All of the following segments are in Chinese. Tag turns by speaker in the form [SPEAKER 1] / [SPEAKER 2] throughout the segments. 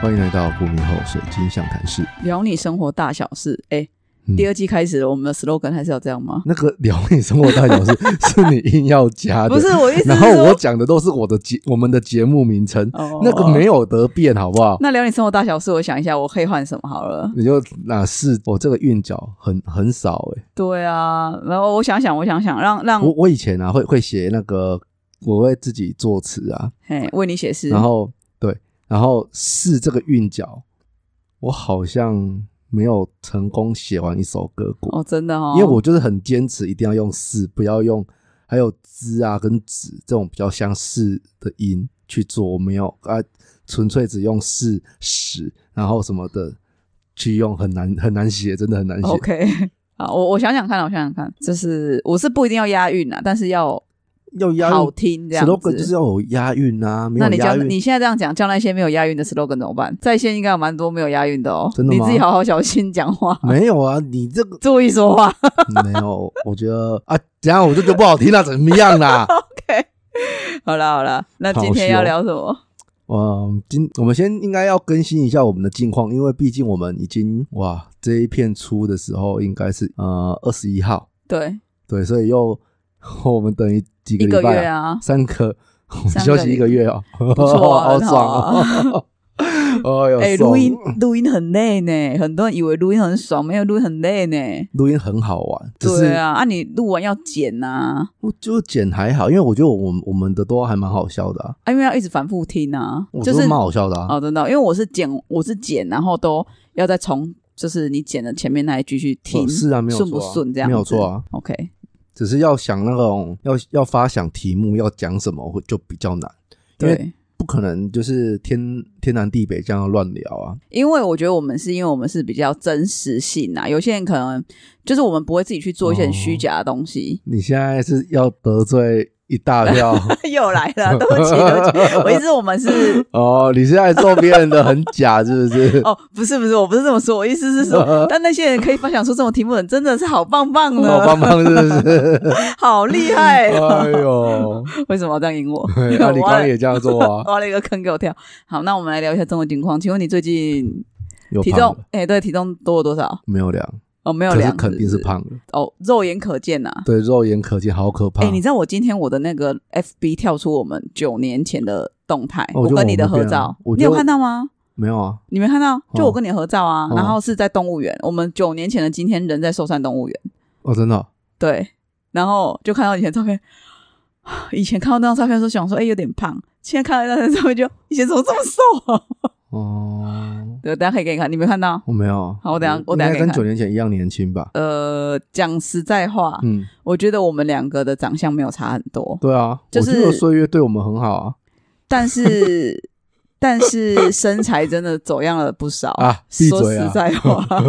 [SPEAKER 1] 欢迎来到不明后水晶相谈室。
[SPEAKER 2] 聊你生活大小事。哎、
[SPEAKER 1] 嗯
[SPEAKER 2] 第二季开始了，我们的 slogan 还是要这样吗？
[SPEAKER 1] 那个聊你生活大小 事是你硬要加的，
[SPEAKER 2] 不是我意思是
[SPEAKER 1] 啊然后
[SPEAKER 2] 说
[SPEAKER 1] 我讲的都是我的节我们的节目名称，
[SPEAKER 2] 哦
[SPEAKER 1] 那个没有得变，好不好？
[SPEAKER 2] 那聊你生活大小事，我想一下，我可以换什么好了？
[SPEAKER 1] 你就哪是我这个韵脚很很少哎、
[SPEAKER 2] 对啊，然后我想想，我想想，让让
[SPEAKER 1] 我我以前啊会会写那个，我会自己作词啊，
[SPEAKER 2] 嘿为你写诗，
[SPEAKER 1] 然后对，然后是这个韵脚，我好像没有成功写完一首歌过，
[SPEAKER 2] 哦，真的哦，
[SPEAKER 1] 因为我就是很坚持一定要用是，不要用还有之啊跟子这种比较相似的音去做，我没有啊，纯粹只用是史然后什么的去用，很难很难写，真的很难写。
[SPEAKER 2] OK 啊，我我想想看，我想想看，就是我是不一定要押韵啊，但是要
[SPEAKER 1] 要押
[SPEAKER 2] 好
[SPEAKER 1] 韵
[SPEAKER 2] 听这样子。
[SPEAKER 1] ，slogan 就是要有押韵啊，没
[SPEAKER 2] 那
[SPEAKER 1] 有
[SPEAKER 2] 你
[SPEAKER 1] 押
[SPEAKER 2] 叫
[SPEAKER 1] 韵
[SPEAKER 2] 你现在这样讲，叫那些没有押韵的 slogan 怎么办？在线应该有蛮多没有押韵的哦，
[SPEAKER 1] 真的
[SPEAKER 2] 你
[SPEAKER 1] 吗
[SPEAKER 2] 自己好好小心讲话，
[SPEAKER 1] 没有啊，你这个
[SPEAKER 2] 注意说话。
[SPEAKER 1] 没有，我觉得啊，等一下我就觉得不好听了，怎么样啦？
[SPEAKER 2] OK，好 啦好啦，那今
[SPEAKER 1] 好
[SPEAKER 2] 天要
[SPEAKER 1] 羞
[SPEAKER 2] 聊什么？
[SPEAKER 1] 嗯，今我们先应该要更新一下我们的近况，因为毕竟我们已经哇这一片出的时候应该是呃二十一号，
[SPEAKER 2] 对，
[SPEAKER 1] 对，所以又 我们等于几个
[SPEAKER 2] 一
[SPEAKER 1] 礼
[SPEAKER 2] 个
[SPEAKER 1] 拜、
[SPEAKER 2] 月啊，
[SPEAKER 1] 三个，我们
[SPEAKER 2] 三
[SPEAKER 1] 休
[SPEAKER 2] 个
[SPEAKER 1] 息一
[SPEAKER 2] 礼
[SPEAKER 1] 个月哦，
[SPEAKER 2] 不错啊
[SPEAKER 1] 好
[SPEAKER 2] 很好
[SPEAKER 1] 爽 哦！哦哟，
[SPEAKER 2] 哎、
[SPEAKER 1] 爽
[SPEAKER 2] 录音录音很累呢，很多人以为录音很爽，没有录音很累呢。
[SPEAKER 1] 录音很好玩，只
[SPEAKER 2] 对
[SPEAKER 1] 是
[SPEAKER 2] 啊，啊你录完要剪啊呐、
[SPEAKER 1] 我就剪还好，因为我觉得我们我们的都还蛮好笑的、啊，
[SPEAKER 2] 啊，因为要一直反复听啊，
[SPEAKER 1] 我
[SPEAKER 2] 就
[SPEAKER 1] 觉
[SPEAKER 2] 是
[SPEAKER 1] 得蛮好笑的啊。
[SPEAKER 2] 哦，真的，因为我是剪，我是剪，然后都要再从就是你剪的前面那一句去听，
[SPEAKER 1] 呃是啊，没有
[SPEAKER 2] 顺
[SPEAKER 1] 错
[SPEAKER 2] 不
[SPEAKER 1] 啊
[SPEAKER 2] 顺这样
[SPEAKER 1] 没有
[SPEAKER 2] 子
[SPEAKER 1] 错啊。
[SPEAKER 2] OK，
[SPEAKER 1] 只是要想那种要要发想题目要讲什么会就比较难，因为
[SPEAKER 2] 对，
[SPEAKER 1] 不可能就是天天南地北这样乱聊啊。
[SPEAKER 2] 因为我觉得我们是因为我们是比较真实性啊，有些人可能就是我们不会自己去做一些很虚假的东西。
[SPEAKER 1] 你现在是要得罪一大 票
[SPEAKER 2] 又来 了，对不起，对不起，我意思我们是
[SPEAKER 1] 哦，你现在做别人的很假是不是？
[SPEAKER 2] 哦，不是不是，我不是这么说，我意思 是说，但那些人可以发想出这种题目的人，真的是好棒棒
[SPEAKER 1] 好
[SPEAKER 2] 哦呢，
[SPEAKER 1] 棒哦棒是不 是？
[SPEAKER 2] 好厉 害哦！
[SPEAKER 1] 哎呦，
[SPEAKER 2] 为什么要这样 赢我？
[SPEAKER 1] 对啊，你刚
[SPEAKER 2] 挖了
[SPEAKER 1] 刚也这样做啊，
[SPEAKER 2] 挖了一个坑给我跳。好，那我们来聊一下中国情况。请问你最近
[SPEAKER 1] 有
[SPEAKER 2] 体
[SPEAKER 1] 胖
[SPEAKER 2] 重
[SPEAKER 1] 了？
[SPEAKER 2] 哎、对，体重多了多少？
[SPEAKER 1] 没有量，
[SPEAKER 2] 哦，没有
[SPEAKER 1] 可是
[SPEAKER 2] 量，
[SPEAKER 1] 肯定
[SPEAKER 2] 是
[SPEAKER 1] 是
[SPEAKER 2] 不是
[SPEAKER 1] 胖了。
[SPEAKER 2] 哦，肉眼可见呐、啊
[SPEAKER 1] 对，肉眼可见，好可怕
[SPEAKER 2] 哎、。你知道我今天我的那个 FB 跳出我们九年前的动态，
[SPEAKER 1] 哦我
[SPEAKER 2] 我
[SPEAKER 1] 就
[SPEAKER 2] 跟你的
[SPEAKER 1] 往那
[SPEAKER 2] 合
[SPEAKER 1] 边啊
[SPEAKER 2] 照，
[SPEAKER 1] 我
[SPEAKER 2] 你有
[SPEAKER 1] 就
[SPEAKER 2] 看到吗？
[SPEAKER 1] 没有啊，
[SPEAKER 2] 你没看到？就
[SPEAKER 1] 哦
[SPEAKER 2] 我跟你合照啊，
[SPEAKER 1] 哦
[SPEAKER 2] 然后是在动物园，我们九年前的今天人在寿山动物园，
[SPEAKER 1] 哦，真的哦，
[SPEAKER 2] 对，然后就看到以前照片，以前看到那张照片的时候想说，哎、有点胖，现在看到那张照片就以前怎么这么瘦、啊？
[SPEAKER 1] 哦，
[SPEAKER 2] 对，大家可以给你看，你没看到？
[SPEAKER 1] 我没有。啊
[SPEAKER 2] 好我等下我等下
[SPEAKER 1] 应
[SPEAKER 2] 给
[SPEAKER 1] 该
[SPEAKER 2] 你
[SPEAKER 1] 跟
[SPEAKER 2] 看
[SPEAKER 1] 九年前一样年轻吧？
[SPEAKER 2] 呃，讲实在话，
[SPEAKER 1] 嗯，
[SPEAKER 2] 我觉得我们两个的长相没有差很多，
[SPEAKER 1] 对啊，
[SPEAKER 2] 就是
[SPEAKER 1] 我觉得岁月对我们很好啊
[SPEAKER 2] 但是 但是身材真的走样了不少
[SPEAKER 1] 啊！闭
[SPEAKER 2] 说
[SPEAKER 1] 嘴
[SPEAKER 2] 实
[SPEAKER 1] 啊！
[SPEAKER 2] 在 话，好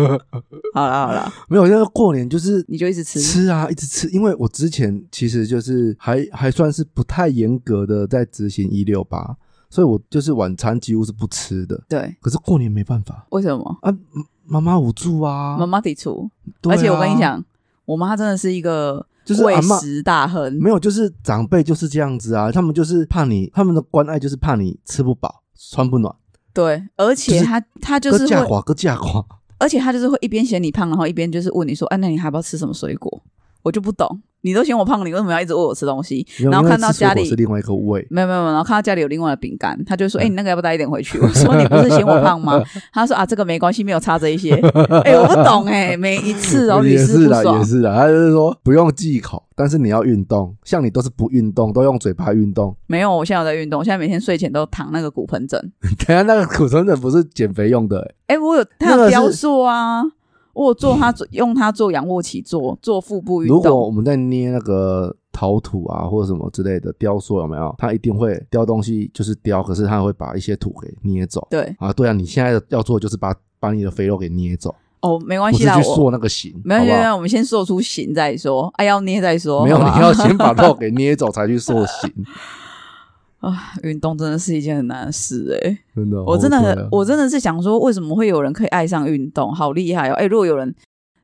[SPEAKER 2] 了好了，
[SPEAKER 1] 没有，现在过年就是
[SPEAKER 2] 你就一直吃
[SPEAKER 1] 吃啊，一直吃。因为我之前其实就是还还算是不太严格的在执行一六八，所以我就是晚餐几乎是不吃的。
[SPEAKER 2] 对，
[SPEAKER 1] 可是过年没办法
[SPEAKER 2] 为什么？
[SPEAKER 1] 啊，嗯妈妈无助啊，
[SPEAKER 2] 妈妈抵触，
[SPEAKER 1] 对啊
[SPEAKER 2] 而且我跟你，讲，我妈真的是一个
[SPEAKER 1] 就是
[SPEAKER 2] 为
[SPEAKER 1] 阿嬷
[SPEAKER 2] 食大亨，
[SPEAKER 1] 没有，就是长辈就是这样子啊，他们就是怕你，他们的关爱就是怕你吃不饱、穿不暖，
[SPEAKER 2] 对，而且
[SPEAKER 1] 就是
[SPEAKER 2] 她她就
[SPEAKER 1] 各
[SPEAKER 2] 是
[SPEAKER 1] 架
[SPEAKER 2] 会，
[SPEAKER 1] 垮，各架垮。
[SPEAKER 2] 而且她就是会一边嫌你胖，然后一边就是问你说，哎、那你还要不要吃什么水果？我就不懂，你都嫌我胖，你为什么要一直喂我吃东西？
[SPEAKER 1] 因为
[SPEAKER 2] 然
[SPEAKER 1] 因
[SPEAKER 2] 后
[SPEAKER 1] 为
[SPEAKER 2] 看到
[SPEAKER 1] 吃水
[SPEAKER 2] 家
[SPEAKER 1] 果
[SPEAKER 2] 里
[SPEAKER 1] 是另嗯外一个胃，
[SPEAKER 2] 没有没有，没有然后看到家里有另外的饼干，她就说：“哎、你那个要不要带一点回去？”我说：“你不是嫌我胖吗？”她说：“啊，这个没关系，没有差这 一些。哎，我不懂哎、每一次哦，屡
[SPEAKER 1] 也
[SPEAKER 2] 试
[SPEAKER 1] 是
[SPEAKER 2] 不
[SPEAKER 1] 啦，也
[SPEAKER 2] 爽。
[SPEAKER 1] 是啦，他就是说不用忌口，但是你要运动。像你都是不运动，都用嘴巴运动。
[SPEAKER 2] 没有，我现在有在运动，我现在每天睡前都躺那个骨盆枕。
[SPEAKER 1] 等一下那个苦橙疹不是减肥用的、欸，
[SPEAKER 2] 哎、我有
[SPEAKER 1] 那
[SPEAKER 2] 他
[SPEAKER 1] 个
[SPEAKER 2] 有
[SPEAKER 1] 是
[SPEAKER 2] 雕塑啊，我有做他做用它做仰卧起坐，做腹部运
[SPEAKER 1] 如果
[SPEAKER 2] 动。
[SPEAKER 1] 我们在捏那个陶土啊或者什么之类的雕塑，有没有？它一定会雕东西，就是雕，可是它会把一些土给捏走。
[SPEAKER 2] 对，
[SPEAKER 1] 啊，对啊，你现在要做的就是把把你的肥肉给捏走，
[SPEAKER 2] 哦，没关
[SPEAKER 1] 不
[SPEAKER 2] 系
[SPEAKER 1] 是
[SPEAKER 2] 啦，
[SPEAKER 1] 去
[SPEAKER 2] 我
[SPEAKER 1] 塑那个形，
[SPEAKER 2] 没
[SPEAKER 1] 好
[SPEAKER 2] 关
[SPEAKER 1] 不
[SPEAKER 2] 系，没关
[SPEAKER 1] 好？
[SPEAKER 2] 系我们先做出形再说，哎、要捏再说。
[SPEAKER 1] 没有，
[SPEAKER 2] 好吧
[SPEAKER 1] 你要先把 肉给捏走才去塑形，
[SPEAKER 2] 啊，运动真的是一件很难的事哎、
[SPEAKER 1] 真的。
[SPEAKER 2] 我真的
[SPEAKER 1] 对
[SPEAKER 2] 很
[SPEAKER 1] 啊，
[SPEAKER 2] 我真的是想说，为什么会有人可以爱上运动？好厉害哦！哎、如果有人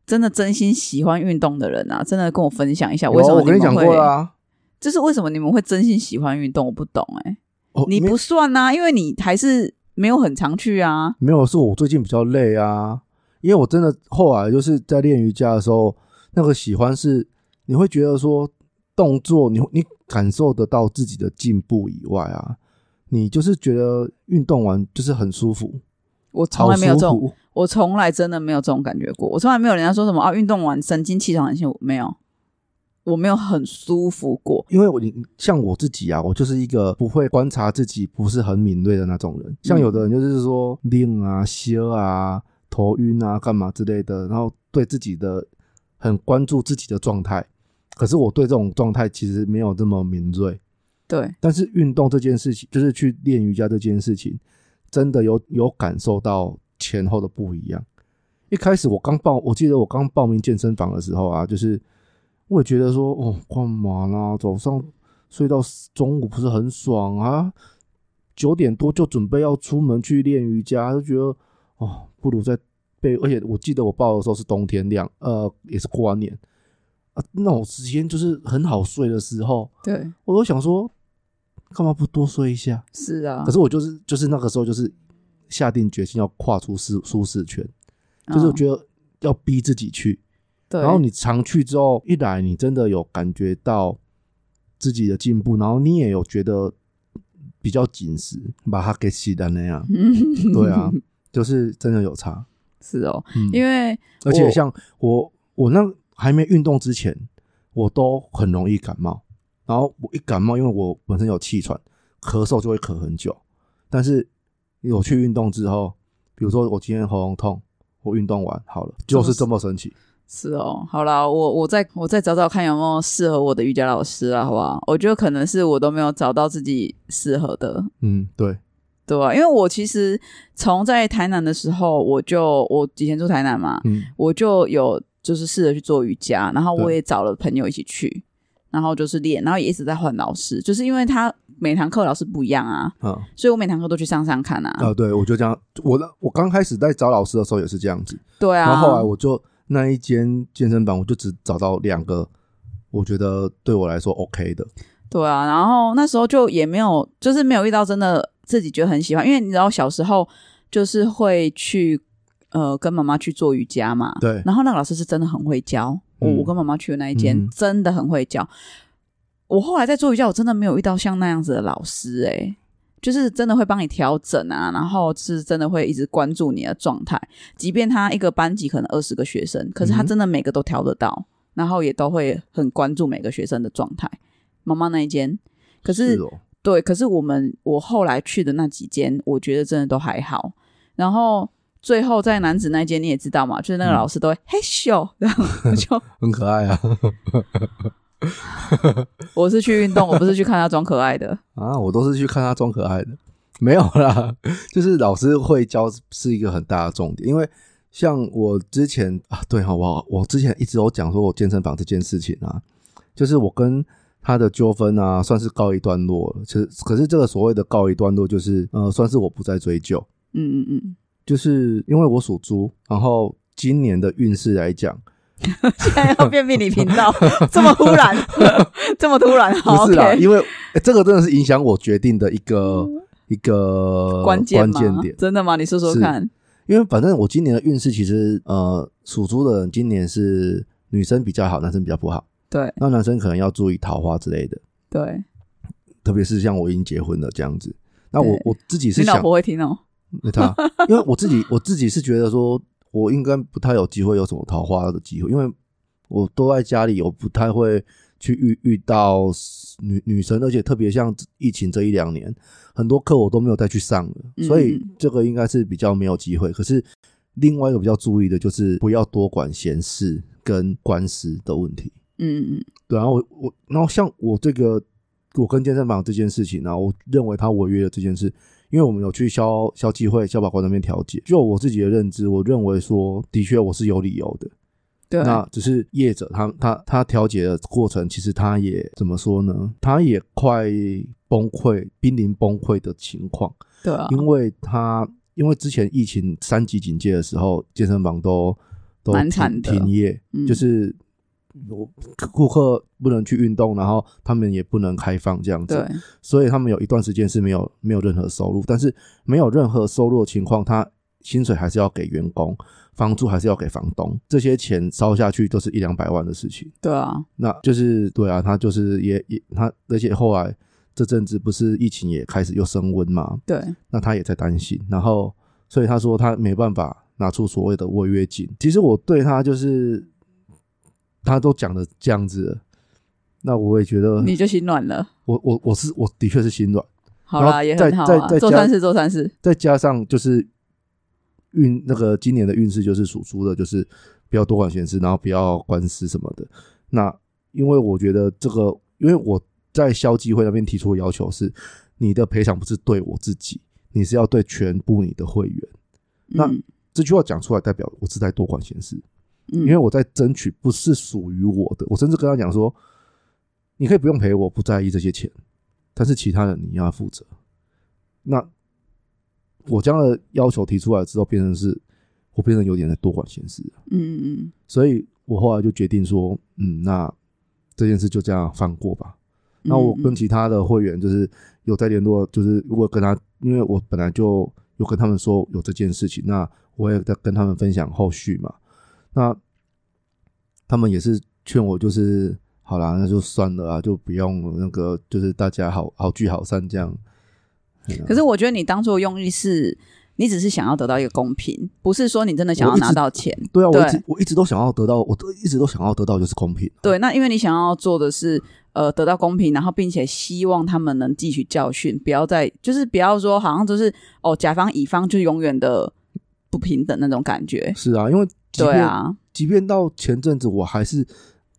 [SPEAKER 2] 真的真心喜欢运动的人啊，真的跟我分享一下，为什
[SPEAKER 1] 有
[SPEAKER 2] 么
[SPEAKER 1] 我跟你讲
[SPEAKER 2] 们会
[SPEAKER 1] 过啦、啊。
[SPEAKER 2] 就是为什么你们会真心喜欢运动？我不懂哎、
[SPEAKER 1] 哦
[SPEAKER 2] 你
[SPEAKER 1] 没
[SPEAKER 2] 不算呐、因为你还是没有很常去啊。
[SPEAKER 1] 没有，是我最近比较累啊，因为我真的后来就是在练瑜伽的时候，那个喜欢是你会觉得说动作你你感受得到自己的进步以外啊，你就是觉得运动完就是很舒服，
[SPEAKER 2] 我从
[SPEAKER 1] 好
[SPEAKER 2] 来没有
[SPEAKER 1] 舒
[SPEAKER 2] 这种，
[SPEAKER 1] 服。
[SPEAKER 2] 我从来真的没有这种感觉过。我从来没有人家说什么啊，运动完神经气爽很幸福，没有，我没有很舒服过。
[SPEAKER 1] 因为我你像我自己啊，我就是一个不会观察自己不是很敏锐的那种人。像有的人就是说令啊、羞啊、头晕啊、干嘛之类的，然后对自己的很关注自己的状态。可是我对这种状态其实没有这么敏锐。
[SPEAKER 2] 对，
[SPEAKER 1] 但是运动这件事情，就是去练瑜伽这件事情，真的有有感受到前后的不一样。一开始我刚报，我记得我刚报名健身房的时候啊，就是我也觉得说，哦，干嘛啦？早上睡到中午不是很爽啊？九点多就准备要出门去练瑜伽，就觉得哦，不如在被。而且我记得我报的时候是冬天两，呃，也是过完年啊，那种时间就是很好睡的时候，
[SPEAKER 2] 对，
[SPEAKER 1] 我都想说，干嘛不多睡一下？
[SPEAKER 2] 是啊
[SPEAKER 1] 可。是我就是就是那个时候就是下定决心要跨出舒舒适圈，就是我
[SPEAKER 2] 得，
[SPEAKER 1] 觉得要逼自己去。
[SPEAKER 2] 嗯对，
[SPEAKER 1] 然后你常去之后，一来你真的有感觉到自己的进步，然后你也有觉得比较紧实，把它给洗的那 样。对啊，就是真的有差。
[SPEAKER 2] 是哦，
[SPEAKER 1] 嗯，
[SPEAKER 2] 因为
[SPEAKER 1] 而且
[SPEAKER 2] 我
[SPEAKER 1] 像我，我那还没运动之前，我都很容易感冒。然后我一感冒，因为我本身有气喘，咳嗽就会咳很久。但是有去运动之后，比如说我今天喉咙痛，我运动完好了，就是这么神奇。
[SPEAKER 2] 是哦，好啦，我我再我再找找看有没有适合我的瑜伽老师啊，好不好？我觉得可能是我都没有找到自己适合的，
[SPEAKER 1] 嗯，对，
[SPEAKER 2] 对吧、因为我其实从在台南的时候，我就我以前住台南嘛，
[SPEAKER 1] 嗯，
[SPEAKER 2] 我就有就是试着去做瑜伽，然后我
[SPEAKER 1] 对
[SPEAKER 2] 也找了朋友一起去，然后就是练，然后也一直在换老师，就是因为他每堂课老师不一样啊，
[SPEAKER 1] 啊
[SPEAKER 2] 所以我每堂课都去上上看啊，
[SPEAKER 1] 啊，对，我就这样。我那我刚开始在找老师的时候也是这样子，
[SPEAKER 2] 对啊，
[SPEAKER 1] 然后后来我就那一间健身房，我就只找到两个，我觉得对我来说 OK 的。
[SPEAKER 2] 对啊，然后那时候就也没有，就是没有遇到真的自己觉得很喜欢，因为你知道小时候就是会去呃跟妈妈去做瑜伽嘛，
[SPEAKER 1] 对
[SPEAKER 2] 然后那个老师是真的很会教，我、
[SPEAKER 1] 嗯
[SPEAKER 2] 我跟妈妈去的那一间、
[SPEAKER 1] 嗯
[SPEAKER 2] 真的很会教。我后来在做瑜伽，我真的没有遇到像那样子的老师、欸，就是真的会帮你调整啊，然后是真的会一直关注你的状态，即便他一个班级可能二十个学生，可是他
[SPEAKER 1] 嗯哼
[SPEAKER 2] 真的每个都调得到，然后也都会很关注每个学生的状态。妈妈那一间，可是
[SPEAKER 1] 哦，
[SPEAKER 2] 对，可是我们我后来去的那几间，我觉得真的都还好。然后最后在男子那间你也知道嘛，就是那个
[SPEAKER 1] 嗯
[SPEAKER 2] 老师都会、嘿咻，然后 我就
[SPEAKER 1] 很可爱啊。
[SPEAKER 2] 我是去运动，我不是去看他装可爱的。
[SPEAKER 1] 啊，我都是去看他装可爱的，没有啦，就是老师会教是一个很大的重点，因为像我之前啊，对哈，我我之前一直有讲说我健身房这件事情啊，就是我跟他的纠纷啊，算是告一段落了。其实，可是这个所谓的告一段落，就是呃，算是我不再追究，
[SPEAKER 2] 嗯嗯 嗯，
[SPEAKER 1] 就是因为我属猪，然后今年的运势来讲，
[SPEAKER 2] 现在要变命理频道， 这么突然， 这么突然，好
[SPEAKER 1] 不是啦，
[SPEAKER 2] OK，嗯
[SPEAKER 1] 因为、欸这个真的是影响我决定的一个一个
[SPEAKER 2] 关键吗
[SPEAKER 1] 呃关键点。
[SPEAKER 2] 真的吗？你说说
[SPEAKER 1] 是
[SPEAKER 2] 看。
[SPEAKER 1] 因为反正我今年的运势其实呃，属猪的人今年是女生比较好，男生比较不好。
[SPEAKER 2] 对
[SPEAKER 1] 那男生可能要注意桃花之类的，
[SPEAKER 2] 对，
[SPEAKER 1] 特别是像我已经结婚了这样子。那我
[SPEAKER 2] 对
[SPEAKER 1] 我自己是
[SPEAKER 2] 你老
[SPEAKER 1] 想
[SPEAKER 2] 婆会听哦。
[SPEAKER 1] 那他，啊因为我自己我自己是觉得说，我应该不太有机会有什么桃花的机会，因为我都在家里，我不太会去遇遇到女女生，而且特别像疫情这一两年，很多课我都没有再去上了，
[SPEAKER 2] 嗯
[SPEAKER 1] 所以这个应该是比较没有机会。可是另外一个比较注意的就是不要多管闲事跟官司的问题。
[SPEAKER 2] 嗯嗯
[SPEAKER 1] 对啊，然后我我然后像我这个我跟健身房这件事情呢、啊，我认为他违约了这件事，因为我们有去消消基会、消保官那边调解。就我自己的认知，我认为说的确我是有理由的。
[SPEAKER 2] 对，
[SPEAKER 1] 那只是业者他他他调解的过程，其实他也怎么说呢？他也快崩溃、濒临崩溃的情况，
[SPEAKER 2] 对啊，
[SPEAKER 1] 因为他因为之前疫情三级警戒的时候，健身房都都
[SPEAKER 2] 蛮
[SPEAKER 1] 停
[SPEAKER 2] 惨的
[SPEAKER 1] 停业，
[SPEAKER 2] 嗯
[SPEAKER 1] 就是我顾客不能去运动，然后他们也不能开放这样子
[SPEAKER 2] 对，，
[SPEAKER 1] 所以他们有一段时间是没有没有任何收入，但是没有任何收入的情况，他薪水还是要给员工，房租还是要给房东，这些钱烧下去都是一两百万的事情。
[SPEAKER 2] 对啊，
[SPEAKER 1] 那就是对啊，他就是也也他，而且后来这阵子不是疫情也开始又升温嘛，
[SPEAKER 2] 对，
[SPEAKER 1] 那他也在担心，然后所以他说他没办法拿出所谓的违约金。其实我对他就是他都讲的这样子了，那我也觉得
[SPEAKER 2] 你就心软了。
[SPEAKER 1] 我我我是我的确是心软。
[SPEAKER 2] 好
[SPEAKER 1] 然后
[SPEAKER 2] 啦，也很
[SPEAKER 1] 再
[SPEAKER 2] 好
[SPEAKER 1] 再
[SPEAKER 2] 啊
[SPEAKER 1] 再，
[SPEAKER 2] 做
[SPEAKER 1] 加
[SPEAKER 2] 善事，做善事。
[SPEAKER 1] 再加上就是运那个今年的运势就是属猪的，就是不要多管闲事，然后不要官司什么的。那因为我觉得这个，因为我在消基会那边提出的要求是，你的赔偿不是对我自己，你是要对全部你的会员。那
[SPEAKER 2] 嗯
[SPEAKER 1] 这句话讲出来，代表我是在多管闲事，因为
[SPEAKER 2] 嗯，
[SPEAKER 1] 我在争取不是属于我的。我甚至跟他讲说，你可以不用赔我，不在意这些钱，但是其他人你要负责。那我这样的要求提出来之后，变成是我变成有点在多管闲事了，
[SPEAKER 2] 嗯嗯
[SPEAKER 1] 所以我后来就决定说，嗯，那这件事就这样放过吧。
[SPEAKER 2] 嗯，
[SPEAKER 1] 那我
[SPEAKER 2] 嗯
[SPEAKER 1] 跟其他的会员就是有在联络，就是我跟他，因为我本来就有跟他们说有这件事情，那我也在跟他们分享后续嘛。那他们也是劝我，就是好啦，那就算了啊，就不用那个，就是大家好好聚好散这样。
[SPEAKER 2] 可是我觉得你当初的用意是，你只是想要得到一个公平，不是说你真的想要
[SPEAKER 1] 我一直
[SPEAKER 2] 拿到钱。
[SPEAKER 1] 对啊，我一直
[SPEAKER 2] 对
[SPEAKER 1] 我一直都想要得到，我都一直都想要得到就是公平。
[SPEAKER 2] 对，那因为你想要做的是，呃，得到公平，然后并且希望他们能汲取教训，不要再就是不要说好像就是哦，甲方乙方就永远的不平等那种感觉。
[SPEAKER 1] 是啊，因为即
[SPEAKER 2] 对
[SPEAKER 1] 便
[SPEAKER 2] 啊，
[SPEAKER 1] 即便到前阵子，我还是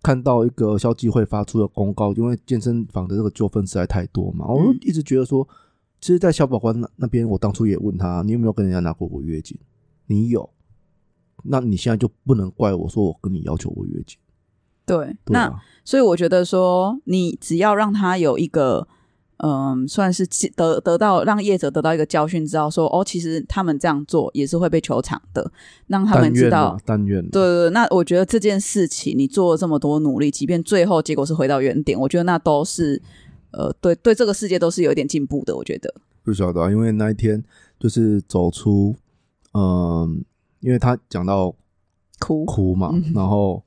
[SPEAKER 1] 看到一个消基会发出的公告，因为健身房的这个纠纷实在太多
[SPEAKER 2] 嗯
[SPEAKER 1] 嘛，我就一直觉得说，其实，在小保官那那边，我当初也问他，你有没有跟人家拿过违约金？你有，那你现在就不能怪我说我跟你要求违约金。
[SPEAKER 2] 对，
[SPEAKER 1] 对
[SPEAKER 2] 那
[SPEAKER 1] 啊，
[SPEAKER 2] 所以我觉得说，你只要让他有一个，嗯，算是记得得到让业者得到一个教训，知道说哦，其实他们这样做也是会被球场的，让他
[SPEAKER 1] 但
[SPEAKER 2] 们知
[SPEAKER 1] 愿
[SPEAKER 2] 道
[SPEAKER 1] 啊，但愿啊
[SPEAKER 2] 对对，对那我觉得这件事情你做了这么多努力，即便最后结果是回到原点，我觉得那都是呃，对对，这个世界都是有一点进步的。我觉得，
[SPEAKER 1] 不晓得啊、因为那一天就是走出，嗯、因为他讲到
[SPEAKER 2] 哭，
[SPEAKER 1] 哭嘛
[SPEAKER 2] 嗯，
[SPEAKER 1] 然后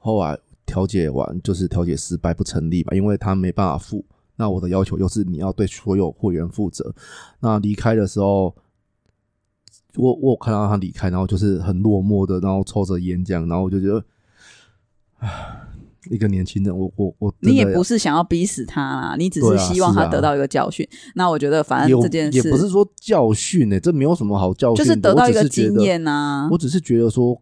[SPEAKER 1] 后来调解完就是调解失败不成立嘛，因为他没办法付。那我的要求就是你要对所有会员负责。那离开的时候，我我有看到他离开，然后就是很落寞的，然后抽着烟这样，然后我就觉得，唉，一个年轻人，我我我真
[SPEAKER 2] 你
[SPEAKER 1] 的
[SPEAKER 2] 也不是想要逼死他啦，你只
[SPEAKER 1] 对
[SPEAKER 2] 是
[SPEAKER 1] 啊
[SPEAKER 2] 希望
[SPEAKER 1] 是
[SPEAKER 2] 他
[SPEAKER 1] 啊
[SPEAKER 2] 得到一个教训。那我觉得，反
[SPEAKER 1] 也
[SPEAKER 2] 正这件
[SPEAKER 1] 也
[SPEAKER 2] 事
[SPEAKER 1] 不是说教训呢、欸这没有什么好教
[SPEAKER 2] 就
[SPEAKER 1] 训的，
[SPEAKER 2] 是得到一个
[SPEAKER 1] 我只是觉
[SPEAKER 2] 经
[SPEAKER 1] 得，
[SPEAKER 2] 验啊
[SPEAKER 1] 我，只是觉得说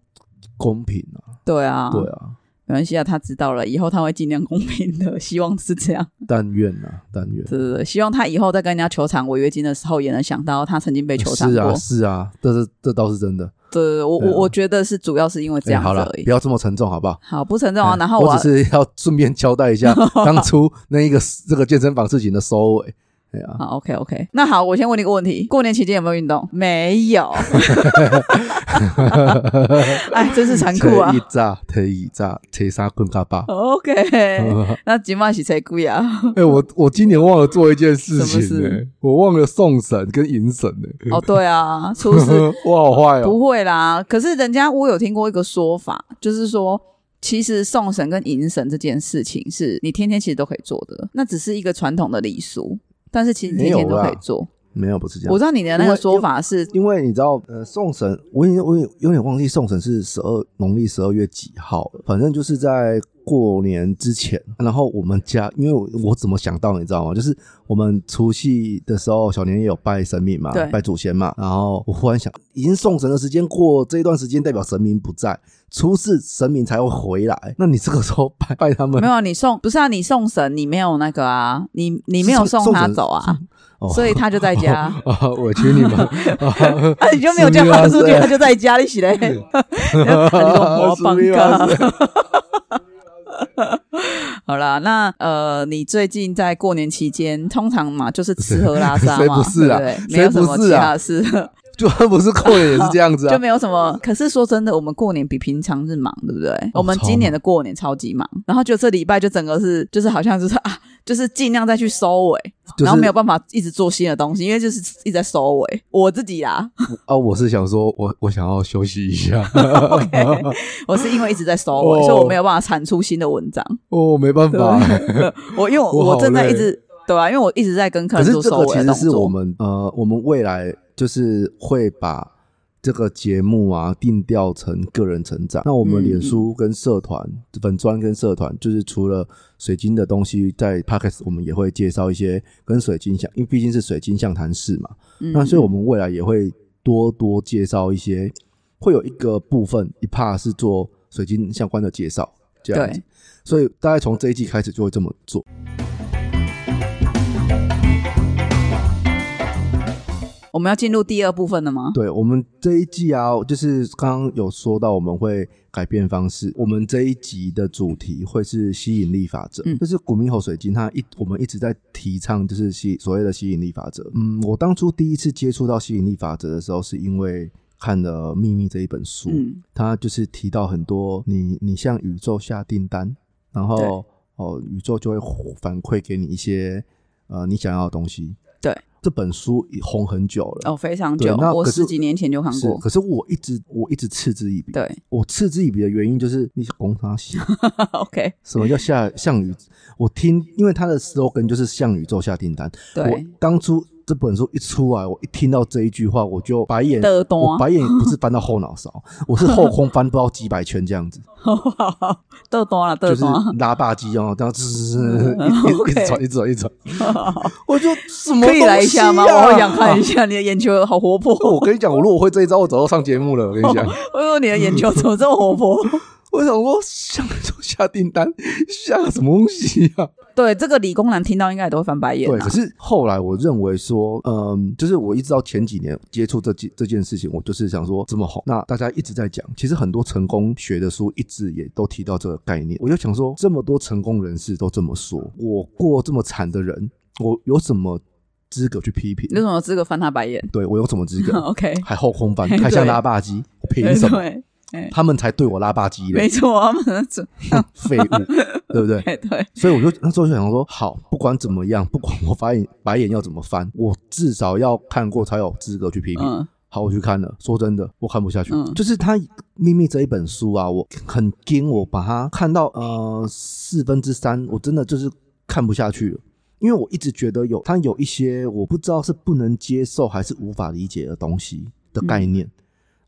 [SPEAKER 1] 公平啊，
[SPEAKER 2] 对啊，
[SPEAKER 1] 对啊，
[SPEAKER 2] 没关系啊，他知道了，以后他会尽量公平的，希望是这样。
[SPEAKER 1] 但愿啊，但愿。
[SPEAKER 2] 对对对，希望他以后在跟人家球场违约金的时候，也能想到他曾经被球场
[SPEAKER 1] 是
[SPEAKER 2] 过。
[SPEAKER 1] 啊，是啊，这是这倒是真的。
[SPEAKER 2] 对对对，我
[SPEAKER 1] 对啊
[SPEAKER 2] 我我觉得是主要是因为这
[SPEAKER 1] 哎
[SPEAKER 2] 样子
[SPEAKER 1] 好了
[SPEAKER 2] 而，已。
[SPEAKER 1] 不要这么沉重，好不好？
[SPEAKER 2] 好，不沉重啊。
[SPEAKER 1] 哎
[SPEAKER 2] 然后
[SPEAKER 1] 我
[SPEAKER 2] 要
[SPEAKER 1] 只是要 顺便交代一 下当初那一个这个健身房事情的收尾。哎呀，
[SPEAKER 2] 好，OK OK。那啊好，我先问你一个问题：过年期间有没有运动？没 有。哎，真是 残酷啊。
[SPEAKER 1] 一。炸，推一炸，推沙棍嘎巴
[SPEAKER 2] OK，那 今晚是谁贵啊？
[SPEAKER 1] 哎，我我今年忘了做一件事
[SPEAKER 2] 什么
[SPEAKER 1] 情
[SPEAKER 2] 事
[SPEAKER 1] 呢，我忘了送神跟迎神呢。
[SPEAKER 2] 哦，对啊，出事
[SPEAKER 1] 我好坏哦。
[SPEAKER 2] 不会啦。可是人家我有听过一个说法，就是说。其实送神跟迎神这件事情，是你天天其实都可以做的，那只是一个传统的礼俗，但是其实你天天都可以做。
[SPEAKER 1] 没有，不是这
[SPEAKER 2] 我
[SPEAKER 1] 样。
[SPEAKER 2] 知道你的那
[SPEAKER 1] 因
[SPEAKER 2] 个
[SPEAKER 1] 为
[SPEAKER 2] 说法是
[SPEAKER 1] 因为你知道，呃，送神，我已经我已有点忘记送神是十二农历十二月几号了，反正就是在过年之前。然后我们家，因为我我怎么想到你知道吗？就是我们除夕的时候，小年夜有拜神明嘛
[SPEAKER 2] 对，
[SPEAKER 1] 拜祖先嘛。然后我忽然想，已经送神的时间过，这一段时间代表神明不在，初四神明才会回来。那你这个时候拜拜他们
[SPEAKER 2] 没，有啊你送，不是啊，你送神，你没有那个啊，你你没有
[SPEAKER 1] 送
[SPEAKER 2] 送他
[SPEAKER 1] 送神
[SPEAKER 2] 走啊，
[SPEAKER 1] 哦
[SPEAKER 2] 所以他就在家。
[SPEAKER 1] 啊，委屈 你们，啊
[SPEAKER 2] 啊，你就没有叫
[SPEAKER 1] 是
[SPEAKER 2] 他
[SPEAKER 1] 啊
[SPEAKER 2] 出去，
[SPEAKER 1] 是啊
[SPEAKER 2] 他就在家里洗嘞。 啊你
[SPEAKER 1] 是啊是
[SPEAKER 2] 嘎。好啦，那呃，你最近在过年期间，通常嘛就是吃喝拉 撒
[SPEAKER 1] 谁
[SPEAKER 2] 嘛，
[SPEAKER 1] 不是啊
[SPEAKER 2] 对对
[SPEAKER 1] 谁
[SPEAKER 2] 没有什
[SPEAKER 1] 不
[SPEAKER 2] 么
[SPEAKER 1] 是
[SPEAKER 2] 其
[SPEAKER 1] 啊
[SPEAKER 2] 他的事。
[SPEAKER 1] 就算不是过年也是这样子
[SPEAKER 2] 就
[SPEAKER 1] 啊。
[SPEAKER 2] 没有什么。可是说真的，我们过年比平常日忙，对不对？
[SPEAKER 1] 哦
[SPEAKER 2] 我们今年的过年超级忙，然后就这礼拜就整个是就是好像就是啊，就是尽量再去收尾，
[SPEAKER 1] 就是
[SPEAKER 2] 然后没有办法一直做新的东西，因为就是一直在收尾。我自 己啦
[SPEAKER 1] 啊，我是想说我我想要休息一下，
[SPEAKER 2] ，OK，我是因为一直在收尾，
[SPEAKER 1] 哦
[SPEAKER 2] 所以我没有办法产出新的文章。
[SPEAKER 1] 哦，没办
[SPEAKER 2] 对
[SPEAKER 1] 法。
[SPEAKER 2] 我因为我
[SPEAKER 1] 我好
[SPEAKER 2] 我正在
[SPEAKER 1] 累
[SPEAKER 2] 一直对啊，因为我一直在跟客
[SPEAKER 1] 可
[SPEAKER 2] 人
[SPEAKER 1] 是
[SPEAKER 2] 做
[SPEAKER 1] 这
[SPEAKER 2] 收
[SPEAKER 1] 个
[SPEAKER 2] 尾
[SPEAKER 1] 其
[SPEAKER 2] 的
[SPEAKER 1] 实
[SPEAKER 2] 动
[SPEAKER 1] 是我
[SPEAKER 2] 作。
[SPEAKER 1] 们呃，我们未来就是会把这个节目啊定调成个人成长。那我们
[SPEAKER 2] 嗯
[SPEAKER 1] 脸书跟社团、粉砖跟社团，就是除了水晶的东西，在 p o c k e t 我们也会介绍一些跟水晶相，因为毕竟是水晶相谈室嘛。
[SPEAKER 2] 嗯
[SPEAKER 1] 那所以我们未来也会多多介绍一些，会有一个部分一 part 是做水晶相关的介绍，这样子
[SPEAKER 2] 对。
[SPEAKER 1] 所以大概从这一季开始就会这么做。
[SPEAKER 2] 我们要进入第二部分了吗？
[SPEAKER 1] 对我们这一季啊，就是刚刚有说到我们会改变方式。我们这一集的主题会是吸引力法则，
[SPEAKER 2] 嗯
[SPEAKER 1] 就是古明侯水晶，它一我们一直在提倡就是吸所谓的吸引力法则。嗯，我当初第一次接触到吸引力法则的时候，是因为看了《秘密》这一本书，
[SPEAKER 2] 嗯，
[SPEAKER 1] 它就是提到很多你你向宇宙下订单，然
[SPEAKER 2] 对
[SPEAKER 1] 后哦宇宙就会反馈给你一些呃你想要的东西。
[SPEAKER 2] 对，
[SPEAKER 1] 这本书红很久了。
[SPEAKER 2] 哦，非常
[SPEAKER 1] 对
[SPEAKER 2] 久，
[SPEAKER 1] 那
[SPEAKER 2] 我
[SPEAKER 1] 可是
[SPEAKER 2] 十几年前就看
[SPEAKER 1] 是
[SPEAKER 2] 过，
[SPEAKER 1] 可是我一直我一直嗤之以鼻。，
[SPEAKER 2] 对
[SPEAKER 1] 我嗤之以鼻的原因就是你红他写
[SPEAKER 2] ，OK，
[SPEAKER 1] 什么叫下项羽？我听，因为他的 slogan 就是向宇宙下订单。我
[SPEAKER 2] 对，
[SPEAKER 1] 当初这本书一出来，我一听到这一句话，我就白眼，
[SPEAKER 2] 的多
[SPEAKER 1] 我白眼不是翻到后脑勺，我是后空翻不知道几百圈这样子，
[SPEAKER 2] 豆多了，
[SPEAKER 1] 就
[SPEAKER 2] 豆啊
[SPEAKER 1] 是
[SPEAKER 2] 多了，
[SPEAKER 1] 拉霸机哦，这样滋一直转一直转一直转，我就什么
[SPEAKER 2] 可以来一下吗？
[SPEAKER 1] 东西啊
[SPEAKER 2] 我好想看一。下你的眼球好活 泼，
[SPEAKER 1] 我跟你讲，我如果会这一招，我早就上节目了。我跟你讲，
[SPEAKER 2] 我说你的眼球怎么这么活泼？
[SPEAKER 1] 我想说，向宇宙下订单下什么东西啊？
[SPEAKER 2] 对，这个理工男听到应该也都会翻白眼
[SPEAKER 1] 对，
[SPEAKER 2] 啊
[SPEAKER 1] 可。是后来我认为说，嗯，就是我一直到前几年接触这件这件事情，我就是想说这么红，那大家一直在讲，其实很多成功学的书一直也都提到这个概念，我就想说，这么多成功人士都这么说，我过这么惨的人，我有什么资格去批评
[SPEAKER 2] 你？有什么资格翻他白眼
[SPEAKER 1] 对我有什么资格？
[SPEAKER 2] ？OK，
[SPEAKER 1] 还后空 翻，
[SPEAKER 2] 哦对
[SPEAKER 1] 还像拉霸机，我凭什么？
[SPEAKER 2] 对，
[SPEAKER 1] 他们才对我拉霸机
[SPEAKER 2] 没
[SPEAKER 1] 嘞，
[SPEAKER 2] 错，他们准
[SPEAKER 1] 废物，对 不对？
[SPEAKER 2] 对对，
[SPEAKER 1] 所以我就那时候就想说，好，不管怎么样，不管我白眼白眼要怎么翻，我至少要看过才有资格去批评。
[SPEAKER 2] 嗯
[SPEAKER 1] 好，我去看了，说真的，我看不下去。
[SPEAKER 2] 嗯
[SPEAKER 1] 就是他《秘密》这一本书啊，我很惊，我把它看到呃四分之三，我真的就是看不下去了。因为我一直觉得有它有一些我不知道是不能接受还是无法理解的东西的概念，
[SPEAKER 2] 嗯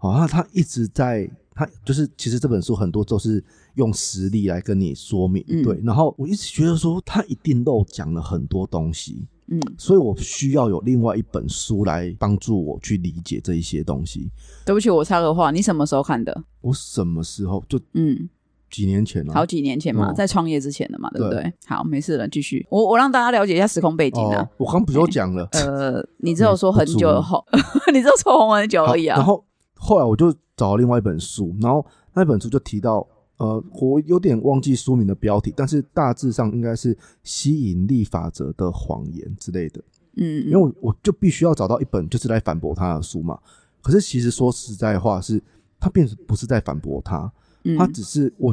[SPEAKER 1] 好、那他一直在他就是其实这本书很多都是用实例来跟你说明，
[SPEAKER 2] 嗯
[SPEAKER 1] 对。然后我一直觉得说他一定漏讲了很多东西，
[SPEAKER 2] 嗯，
[SPEAKER 1] 所以我需要有另外一本书来帮助我去理解这一些东西。
[SPEAKER 2] 对不起，我插个话，你什么时候看的？
[SPEAKER 1] 我什么时候就
[SPEAKER 2] 嗯，
[SPEAKER 1] 几年前了、
[SPEAKER 2] 好几年前嘛，
[SPEAKER 1] 哦
[SPEAKER 2] 在创业之前的嘛，对不
[SPEAKER 1] 对
[SPEAKER 2] 对？好，没事了，继续。我我让大家了解一下时空背景啊
[SPEAKER 1] 哦。，我刚不是有讲了，
[SPEAKER 2] 呃，你只有说
[SPEAKER 1] 不
[SPEAKER 2] 很
[SPEAKER 1] 足
[SPEAKER 2] 久后，你只有说红很久
[SPEAKER 1] 好
[SPEAKER 2] 而已啊
[SPEAKER 1] 然。后后来我就找了另外一本书，然后那本书就提到，呃，我有点忘记书名的标题，但是大致上应该是《吸引力法则的谎言》之类的。
[SPEAKER 2] 嗯，
[SPEAKER 1] 因为我我就必须要找到一本就是来反驳他的书嘛。可是其实说实在话是，他并不是在反驳他，
[SPEAKER 2] 嗯
[SPEAKER 1] 他只是我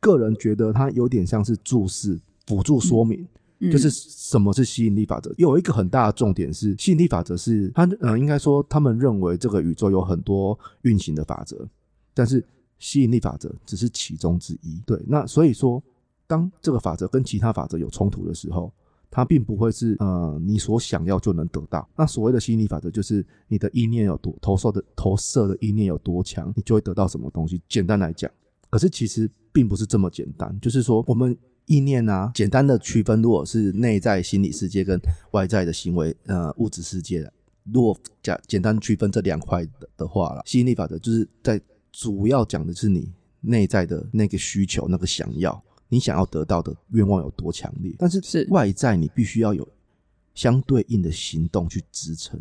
[SPEAKER 1] 个人觉得他有点像是注释、辅助说明。
[SPEAKER 2] 嗯
[SPEAKER 1] 就是什么是吸引力法则？有一个很大的重点是，吸引力法则是他呃，应该说他们认为这个宇宙有很多运行的法则，但是吸引力法则只是其中之一。对，那所以说，当这个法则跟其他法则有冲突的时候，它并不会是呃你所想要就能得到。那所谓的吸引力法则，就是你的意念有多投射的投射的意念有多强，你就会得到什么东西。简单来讲，可是其实并不是这么简单。就是说，我们意念啊，简单的区分，如果是内在心理世界跟外在的行为呃物质世界的，如果假简单区分这两块的的话啦，吸引力法则就是在主要讲的是你内在的那个需求、那个想要。你想要得到的愿望有多强烈，但是
[SPEAKER 2] 是
[SPEAKER 1] 外在你必须要有相对应的行动去支撑。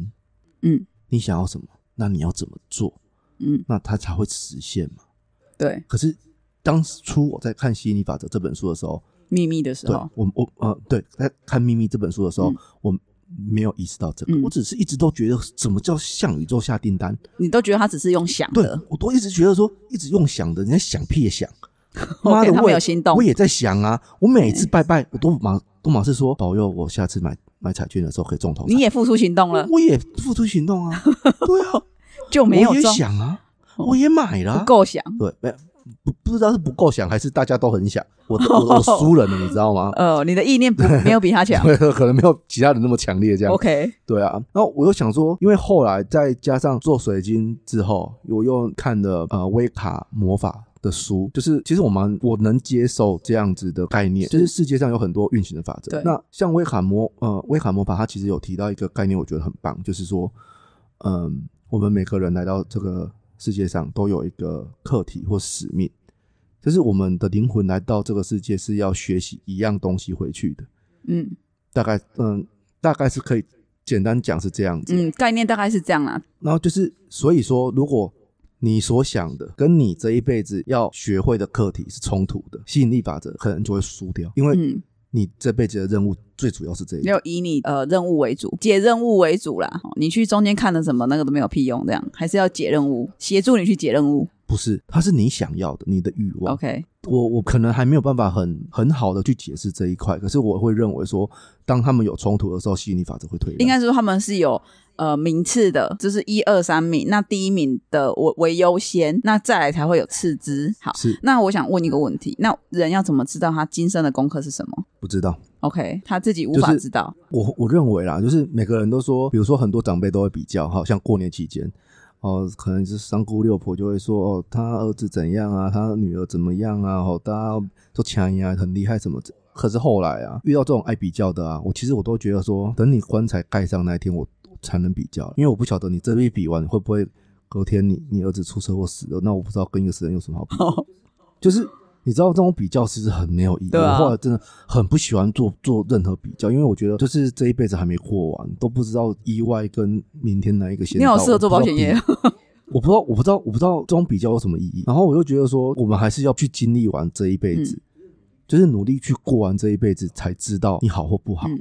[SPEAKER 2] 嗯，
[SPEAKER 1] 你想要什么，那你要怎么做，
[SPEAKER 2] 嗯，
[SPEAKER 1] 那它才会实现嘛。
[SPEAKER 2] 对，
[SPEAKER 1] 可是当初我在看《吸引力法则》这本书的时候，
[SPEAKER 2] 秘密的时
[SPEAKER 1] 对
[SPEAKER 2] 候，
[SPEAKER 1] 我我呃对，在看《秘密》这本书的时候，
[SPEAKER 2] 嗯
[SPEAKER 1] 我没有意识到这个，
[SPEAKER 2] 嗯
[SPEAKER 1] 我只是一直都觉得什么叫向宇宙下订单？
[SPEAKER 2] 你都觉得他只是用想
[SPEAKER 1] 对
[SPEAKER 2] 的，
[SPEAKER 1] 我都一直觉得说，一直用想的，人家想屁也想。妈
[SPEAKER 2] OK，
[SPEAKER 1] 的，
[SPEAKER 2] 他
[SPEAKER 1] 我
[SPEAKER 2] 没
[SPEAKER 1] 也
[SPEAKER 2] 有心动嗯
[SPEAKER 1] 我也在想啊。我每次拜拜，我都马都马是说保佑我下次买买彩券的时候可以中头彩。
[SPEAKER 2] 你也付出行动了，
[SPEAKER 1] 我也付出行动啊，对啊，
[SPEAKER 2] 就 没有
[SPEAKER 1] 我也
[SPEAKER 2] 中，
[SPEAKER 1] 想啊，我也买了啊、
[SPEAKER 2] 不够想。
[SPEAKER 1] 对，没不不知道是不够想还是大家都很想，我我我输了呢，你知道吗？
[SPEAKER 2] 呃，你的意念不没有比他强。
[SPEAKER 1] 可能没有其他人那么强烈这样。
[SPEAKER 2] OK，
[SPEAKER 1] 对啊，然后我又想说，因为后来再加上做水晶之后，我又看了呃威卡魔法的书，就是其实我蛮我能接受这样子的概念，
[SPEAKER 2] 是
[SPEAKER 1] 就是世界上有很多运行的法则
[SPEAKER 2] 对。
[SPEAKER 1] 那像威卡魔呃威卡魔法，它其实有提到一个概念，我觉得很棒，就是说，嗯，我们每个人来到这个世界上都有一个课题或使命，就是我们的灵魂来到这个世界是要学习一样东西回去的。
[SPEAKER 2] 嗯
[SPEAKER 1] 大概嗯，大概是可以简单讲是这样子。
[SPEAKER 2] 嗯，概念大概是这样啦。
[SPEAKER 1] 然后就是，所以说，如果你所想的跟你这一辈子要学会的课题是冲突的，吸引力法则可能就会输掉，因为
[SPEAKER 2] 嗯，
[SPEAKER 1] 你这辈子的任务最主要是这一
[SPEAKER 2] 没
[SPEAKER 1] 个。
[SPEAKER 2] 有以你呃任务为主，解任务为主啦。哦你去中间看了什么，那个都没有屁用，这样还是要解任务，协助你去解任务。
[SPEAKER 1] 不是，它是你想要的，你的欲望。
[SPEAKER 2] OK，
[SPEAKER 1] 我我可能还没有办法很很好的去解释这一块，可是我会认为说，当他们有冲突的时候，吸引力法则会退让。
[SPEAKER 2] 应该是说他们是有。呃，名次的就是一二三名，那第一名的我为优先，那再来才会有次之。好，
[SPEAKER 1] 是
[SPEAKER 2] 那我想问一个问题，那人要怎么知道他今生的功课是什么
[SPEAKER 1] 不知道。
[SPEAKER 2] ？OK，他自己无
[SPEAKER 1] 就
[SPEAKER 2] 法
[SPEAKER 1] 是
[SPEAKER 2] 知道。
[SPEAKER 1] 我我认为啦，就是每个人都说，比如说很多长辈都会比较，好像过年期间，哦，可能是三姑六婆就会说，哦，他儿子怎样啊，他女儿怎么样啊，哦，大家都强呀，很厉害什么的。可是后来啊，遇到这种爱比较的啊，我其实我都觉得说，等你棺材盖上那一天，我才能比较，因为我不晓得你这一比完会不会隔天你你儿子出车祸死了，那我不知道跟一个死人有什么好 比，就是。你知道这种比较其实很没有意义，
[SPEAKER 2] 对啊
[SPEAKER 1] 我后来真的很不喜欢做做任何比较，因为我觉得就是这一辈子还没过完，都不知道意外跟明天哪一个先
[SPEAKER 2] 你
[SPEAKER 1] 到。
[SPEAKER 2] 好适合做
[SPEAKER 1] 我
[SPEAKER 2] 保
[SPEAKER 1] 不知道
[SPEAKER 2] 险业
[SPEAKER 1] 比， 我不知道，我不知道，我不知道这种比较有什么意义。然后我就觉得说，我们还是要去经历完这一辈子，
[SPEAKER 2] 嗯
[SPEAKER 1] 就是努力去过完这一辈子，才知道你好或不好，
[SPEAKER 2] 嗯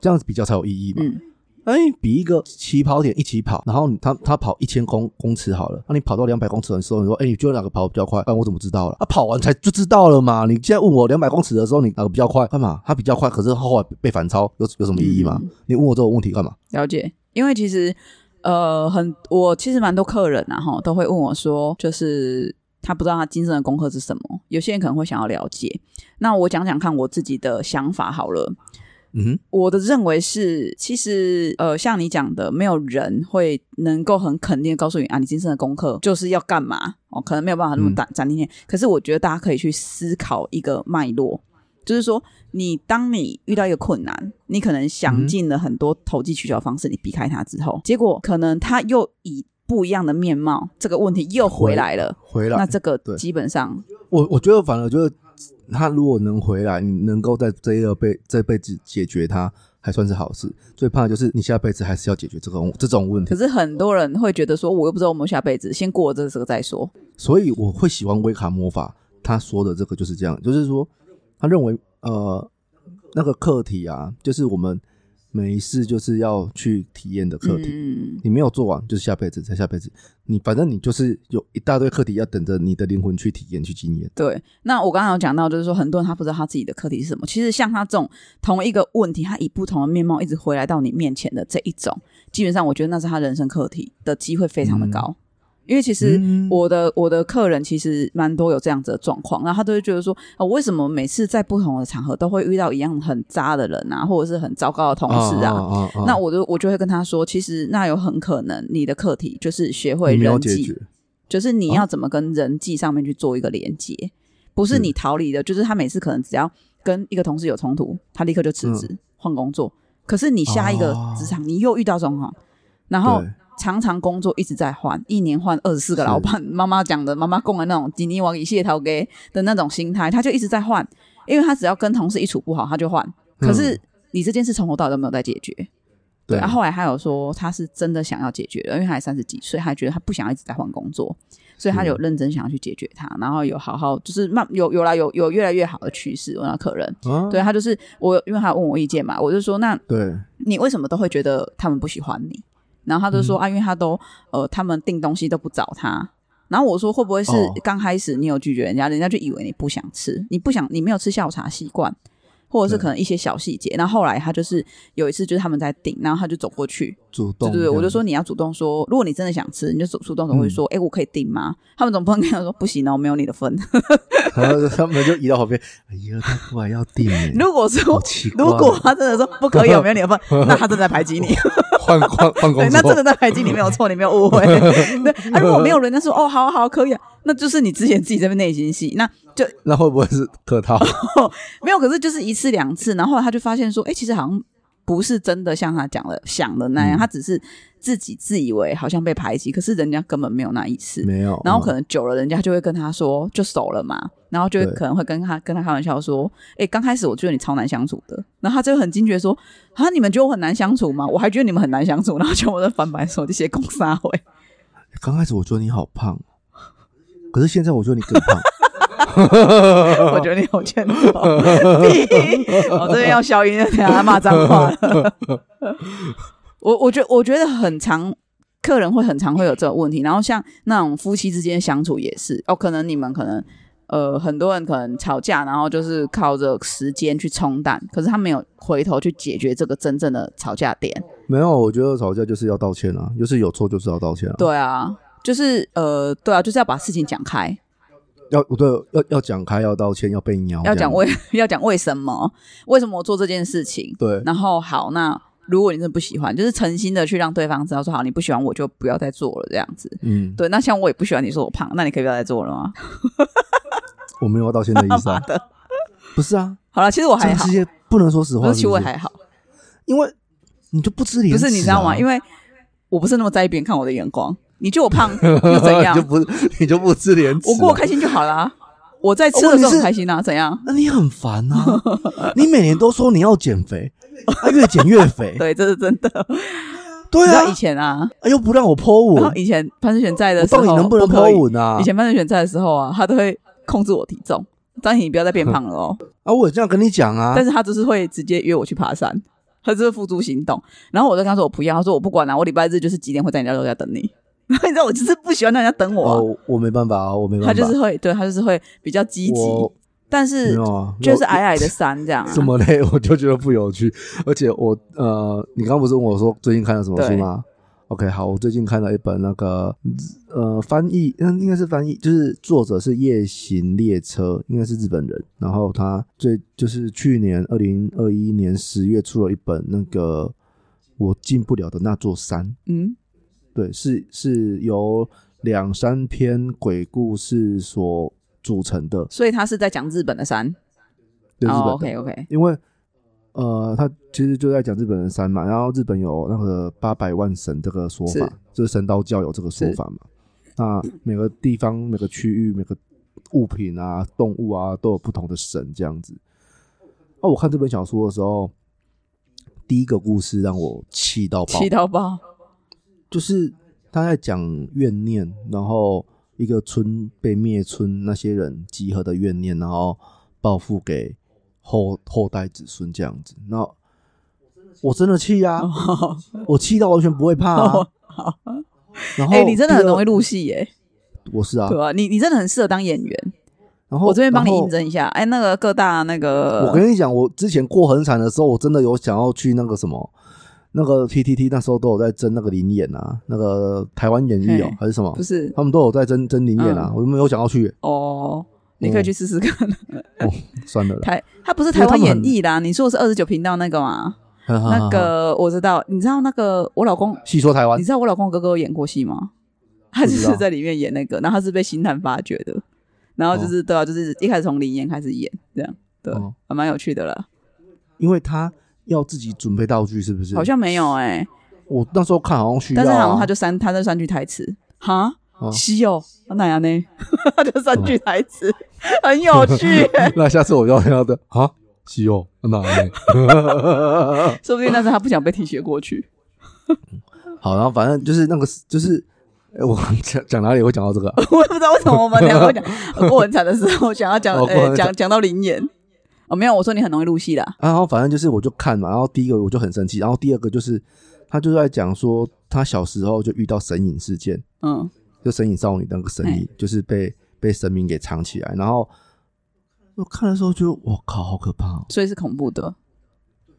[SPEAKER 1] 这样子比较才有意义嘛。
[SPEAKER 2] 嗯
[SPEAKER 1] 哎，比一个起跑点一起跑，然后你他他跑一千公公尺好了，那你跑到两百公尺的时候，你说，哎，你觉得哪个跑得比较快？啊，我怎么知道了？他、跑完才就知道了嘛。你现在问我两百公尺的时候，你哪个比较快？干嘛？他比较快，可是后来被反超，有有什么意义吗？
[SPEAKER 2] 嗯
[SPEAKER 1] 你问我这种问题干嘛？
[SPEAKER 2] 了解，因为其实呃，很我其实蛮多客人啊哈，都会问我说，就是他不知道他今生的功课是什么，有些人可能会想要了解。那我讲讲看我自己的想法好了。
[SPEAKER 1] 嗯哼，
[SPEAKER 2] 我的认为是，其实呃，像你讲的，没有人会能够很肯定的告诉你啊，你今生的功课就是要干嘛哦，可能没有办法那么
[SPEAKER 1] 嗯
[SPEAKER 2] 斩斩钉截铁。可是我觉得大家可以去思考一个脉络，就是说，你当你遇到一个困难，你可能
[SPEAKER 1] 嗯
[SPEAKER 2] 想尽了很多投机取巧的方式，你避开它之后，结果可能它又以不一样的面貌，这个问题又回来了。
[SPEAKER 1] 回来
[SPEAKER 2] 那这个
[SPEAKER 1] 对
[SPEAKER 2] 基本上
[SPEAKER 1] 我我觉得反而就是他如果能回来，你能够在这一个辈这辈子解决他，还算是好事。最怕的就是你下辈子还是要解决这个这种问
[SPEAKER 2] 可
[SPEAKER 1] 题。
[SPEAKER 2] 是很多人会觉得说，我又不知道我们下辈子，先过这这个再说。
[SPEAKER 1] 所以我会喜欢威卡魔法，他说的这个就是这样，就是说他认为呃那个课题啊，就是我们每一次就是要去体验的课题。
[SPEAKER 2] 嗯，
[SPEAKER 1] 你没有做完，就是下辈子，再下辈子，你反正你就是有一大堆课题要等着你的灵魂去体验、去经验。
[SPEAKER 2] 对，那我刚刚有讲到，就是说很多人他不知道他自己的课题是什么。其实像他这种同一个问题，他以不同的面貌一直回来到你面前的这一种，基本上我觉得那是他人生课题的机会非常的高。因为其实
[SPEAKER 1] 嗯
[SPEAKER 2] 我的、我的客人其实蛮多有这样子的状况，然后他都会觉得说，呃，为什么每次在不同的场合都会遇到一样很渣的人啊，或者是很糟糕的同事啊？
[SPEAKER 1] 啊啊
[SPEAKER 2] 那我就我就会跟他说，其实那有很可能你的课题就是学会
[SPEAKER 1] 你没有
[SPEAKER 2] 人
[SPEAKER 1] 解
[SPEAKER 2] 际
[SPEAKER 1] 决，
[SPEAKER 2] 就是你
[SPEAKER 1] 哦
[SPEAKER 2] 要怎么跟人际上面去做一个连接，不是你逃离的，就是他每次可能只要跟一个同事有冲突，他立刻就辞职、换工作。可是你下一个
[SPEAKER 1] 嗯哦
[SPEAKER 2] 职场，你又遇到状况，然后
[SPEAKER 1] 对
[SPEAKER 2] 常常工作一直在换，一年换二十四个老板。 妈妈讲的，妈妈供的那种“锦衣王以谢桃给”的那种心态，他就一直在换，
[SPEAKER 1] 嗯
[SPEAKER 2] 因为他只要跟同事一处不好，他就换。可是你这件事从头到尾都没有在解决，
[SPEAKER 1] 对
[SPEAKER 2] 对，然后后来他有说他是真的想要解决的，因为他才三十几岁，他觉得他不想要一直在换工作，所以他
[SPEAKER 1] 是
[SPEAKER 2] 有认真想要去解决它，然后有好好就是慢有有来有有越来越好的趋势，问到客人，
[SPEAKER 1] 啊，
[SPEAKER 2] 对他就是我因为他有问我意见嘛，我就说那
[SPEAKER 1] 对，
[SPEAKER 2] 你为什么都会觉得他们不喜欢你？然后他就说、
[SPEAKER 1] 嗯
[SPEAKER 2] 啊，因为他都呃，他们订东西都不找他。然后我说会不会是
[SPEAKER 1] 哦
[SPEAKER 2] 刚开始你有拒绝人家，人家就以为你不想吃，你不想你没有吃下午茶习惯，或者是
[SPEAKER 1] 对
[SPEAKER 2] 可能一些小细节。然后后来他就是有一次就是他们在订，然后他就走过去，
[SPEAKER 1] 主
[SPEAKER 2] 对
[SPEAKER 1] 动，
[SPEAKER 2] 对对，我就说你要主动说，如果你真的想吃，你就主主
[SPEAKER 1] 嗯
[SPEAKER 2] 动走过去说，哎、我可以订吗？他们总不能跟他说不行哦，没有你的份。
[SPEAKER 1] 然后 他们就移到旁边，哎呀，他过来要订耶，
[SPEAKER 2] 如果
[SPEAKER 1] 好
[SPEAKER 2] 说
[SPEAKER 1] 奇怪
[SPEAKER 2] 如果他真的说 不可以哦，没有你的份，那他正在排挤你。
[SPEAKER 1] 换换换工
[SPEAKER 2] 对，
[SPEAKER 1] 作，
[SPEAKER 2] 哎那真的在排挤你没有错，你没有 误会。对，啊，如果没有人，那说哦，好啊好啊可以、啊，那就是你之前自己这边内心戏，那就
[SPEAKER 1] 那会不会是客 套？
[SPEAKER 2] 没有。可是就是一次两次，然后后来他就发现说，哎、其实好像不是真的像他讲的想的那样，
[SPEAKER 1] 嗯
[SPEAKER 2] 他只是自己自以为好像被排挤，可是人家根本没有那意思。
[SPEAKER 1] 没有，
[SPEAKER 2] 然后可
[SPEAKER 1] 嗯
[SPEAKER 2] 能久了，人家就会跟他说就熟了嘛，然后就会
[SPEAKER 1] 对
[SPEAKER 2] 可能会跟他跟他开玩笑说，哎、刚开始我觉得你超难相处的，然后他就很惊觉说，啊，你们觉得我很难相处吗？我还觉得你们很难相处，然后就我在翻白手这些公啊杀回。
[SPEAKER 1] 哎刚开始我觉得你好胖，可是现在我觉得你更胖，
[SPEAKER 2] 我觉得你好欠揍，屁我这边要消音，等一下他骂脏 话了。我我觉得我觉得很常，客人会很常会有这种问题。然后像那种夫妻之间相处也是，哦，可能你们可能呃很多人可能吵架，然后就是靠着时间去冲淡，可是他没有回头去解决这个真正的吵架点。
[SPEAKER 1] 没有，我觉得吵架就是要道歉啊，就是有错就是要道歉啊，
[SPEAKER 2] 对啊，就是呃对啊，就是要把事情讲开。
[SPEAKER 1] 要对要要讲开，要道歉，要被鸟，
[SPEAKER 2] 要
[SPEAKER 1] 哦这样
[SPEAKER 2] 讲为要讲为什么，为什么我做这件事情？
[SPEAKER 1] 对
[SPEAKER 2] 然后好，那如果你真的不喜欢，就是诚心的去让对方知道说好，你不喜欢我就不要再做了这样子。
[SPEAKER 1] 嗯，
[SPEAKER 2] 对，那像我也不喜欢你说我胖，那你可以不要再做了吗？
[SPEAKER 1] 我没有要道歉的意思 啊，不是啊，
[SPEAKER 2] 好了，其实我
[SPEAKER 1] 这
[SPEAKER 2] 还
[SPEAKER 1] 个
[SPEAKER 2] 好
[SPEAKER 1] 世，界不能说实话
[SPEAKER 2] 我
[SPEAKER 1] 是不是，
[SPEAKER 2] 说其实我也还好，
[SPEAKER 1] 因为你就不知廉
[SPEAKER 2] 不
[SPEAKER 1] 耻啊、
[SPEAKER 2] 是你知道吗？因为我不是那么在意别人看我的眼光，你觉得我胖 又怎
[SPEAKER 1] 你
[SPEAKER 2] 样
[SPEAKER 1] 就？不你就不知廉耻啊、
[SPEAKER 2] 我过开心就好啦。我在吃
[SPEAKER 1] 哦
[SPEAKER 2] 的时候
[SPEAKER 1] 你
[SPEAKER 2] 很
[SPEAKER 1] 是
[SPEAKER 2] 开心啊，怎样？
[SPEAKER 1] 那你很烦啊！你每年都说你要减肥，啊，越减越 肥，
[SPEAKER 2] 对，这是真的。
[SPEAKER 1] 对
[SPEAKER 2] 你知
[SPEAKER 1] 啊
[SPEAKER 2] 道以，前啊，
[SPEAKER 1] 啊又不让我 Po
[SPEAKER 2] 然后
[SPEAKER 1] 文，
[SPEAKER 2] 以前潘志选在的
[SPEAKER 1] 我
[SPEAKER 2] 时
[SPEAKER 1] 到
[SPEAKER 2] 候，
[SPEAKER 1] 底能不能
[SPEAKER 2] 可以
[SPEAKER 1] Po 文啊
[SPEAKER 2] 以？前班正选在的时候啊，他都会控制我体重，张颖你不要再变胖了哦。
[SPEAKER 1] 啊，我也这样跟你讲啊
[SPEAKER 2] 但，是他就是会直接约我去爬山，他就是付诸行动。然后我就跟他说我不要，他说我不管了、我礼拜日就是几点会在你家楼下等你。 然后你知道我就是不喜欢让人家等我啊、
[SPEAKER 1] 哦，我没办法啊，我没办法，
[SPEAKER 2] 他就是会对他就是会比较积极，
[SPEAKER 1] 我
[SPEAKER 2] 但
[SPEAKER 1] 没
[SPEAKER 2] 是
[SPEAKER 1] 有啊，
[SPEAKER 2] 就是矮矮的山这样、啊
[SPEAKER 1] 这。么累，我就觉得不有趣。而且我呃，你刚刚不是问我说最近看了什么书吗？OK，好，我最近看了一本那个呃翻译，嗯，应该是翻译，就是作者是夜行列车，应该是日本人。然后他最就是去年二零二一年十月出了一本那个我进不了的那座山，
[SPEAKER 2] 嗯，
[SPEAKER 1] 对，是是由两三篇鬼故事所组成的，
[SPEAKER 2] 所以他是在讲日本的山。
[SPEAKER 1] 对日本的。
[SPEAKER 2] 哦，OK OK，
[SPEAKER 1] 因为呃，他其实就在讲日本人山嘛，然后日本有那个八百万神这个说法
[SPEAKER 2] 是，
[SPEAKER 1] 就是神道教有这个说法嘛。那每个地方、每个区域、每个物品啊、动物啊，都有不同的神这样子。哦，我看这本小说的时候，第一个故事让我气到爆
[SPEAKER 2] 气，到
[SPEAKER 1] 啊
[SPEAKER 2] 爆。
[SPEAKER 1] 就是他在讲怨念，然后一个村被灭村那些人集合的怨念，然后报复给后后代子孙这样子。那我真的气 啊！
[SPEAKER 2] 哦
[SPEAKER 1] 我气到完全不会怕、啊。然后
[SPEAKER 2] 哎、你真的很容易
[SPEAKER 1] 第
[SPEAKER 2] 入戏耶、
[SPEAKER 1] 二，我是啊。
[SPEAKER 2] 对吧、你你真的很适合当演员。
[SPEAKER 1] 然后
[SPEAKER 2] 我这边帮你
[SPEAKER 1] 然后
[SPEAKER 2] 印证一下，哎，那个各大那个，
[SPEAKER 1] 我跟你讲，我之前过很惨的时候，我真的有想要去那个什么，那个 PTT 那时候都有在争那个灵演啊，那个台湾演艺哦、
[SPEAKER 2] 嘿
[SPEAKER 1] 还是什么
[SPEAKER 2] 不，是嗯
[SPEAKER 1] 他们都有在争争灵演啊，我没有想要去、
[SPEAKER 2] 哦，你
[SPEAKER 1] 嗯
[SPEAKER 2] 可以去试试看。
[SPEAKER 1] 哦，算了啦。
[SPEAKER 2] 台，他不是台湾
[SPEAKER 1] 因为他
[SPEAKER 2] 演
[SPEAKER 1] 们很啊
[SPEAKER 2] 艺啦，你说的是二十九频道那个吗？ 那个我知道，你知道那个我老公，
[SPEAKER 1] 细说台湾
[SPEAKER 2] 你，知道我老公哥哥有演过戏吗？他就
[SPEAKER 1] 啊不知道
[SPEAKER 2] 是在里面演那个，然后他是被星探发掘的，然后就是、对啊，就是一开始从零演开始演，这样对，
[SPEAKER 1] 哦
[SPEAKER 2] 还蛮有趣的啦。
[SPEAKER 1] 因为他要自己准备道具，是不啊是？
[SPEAKER 2] 好像没有哎、
[SPEAKER 1] 我那时候看好像需要、
[SPEAKER 2] 但
[SPEAKER 1] 啊，
[SPEAKER 2] 是好像他就删，他就删句台词，哈。
[SPEAKER 1] 哦
[SPEAKER 2] 西哦，啊哪样呢？ 他就删句台词，很有趣 欸、
[SPEAKER 1] 那下次我要要 的啊，西柚那
[SPEAKER 2] 说不定那是他不想被提携过去。
[SPEAKER 1] 好，然后反正就是那个就是，哎我讲讲哪里会讲到这个 啊、
[SPEAKER 2] 我也不知道为什么我们两 个会讲呃过文产的时候想要讲
[SPEAKER 1] 哦，过文
[SPEAKER 2] 呃，
[SPEAKER 1] 产
[SPEAKER 2] 讲讲到灵眼。哦，没有，我说你很容易入戏啦。
[SPEAKER 1] 啊然后反正就是我就看嘛，然后第一个我就很生气，然后第二个就是他就在讲说他小时候就遇到神隐事件，
[SPEAKER 2] 嗯，
[SPEAKER 1] 就神隐少女那个神隐，就是被被神明给藏起来，然后我看的时候就我靠，好可怕、哦！
[SPEAKER 2] 所以是恐怖的。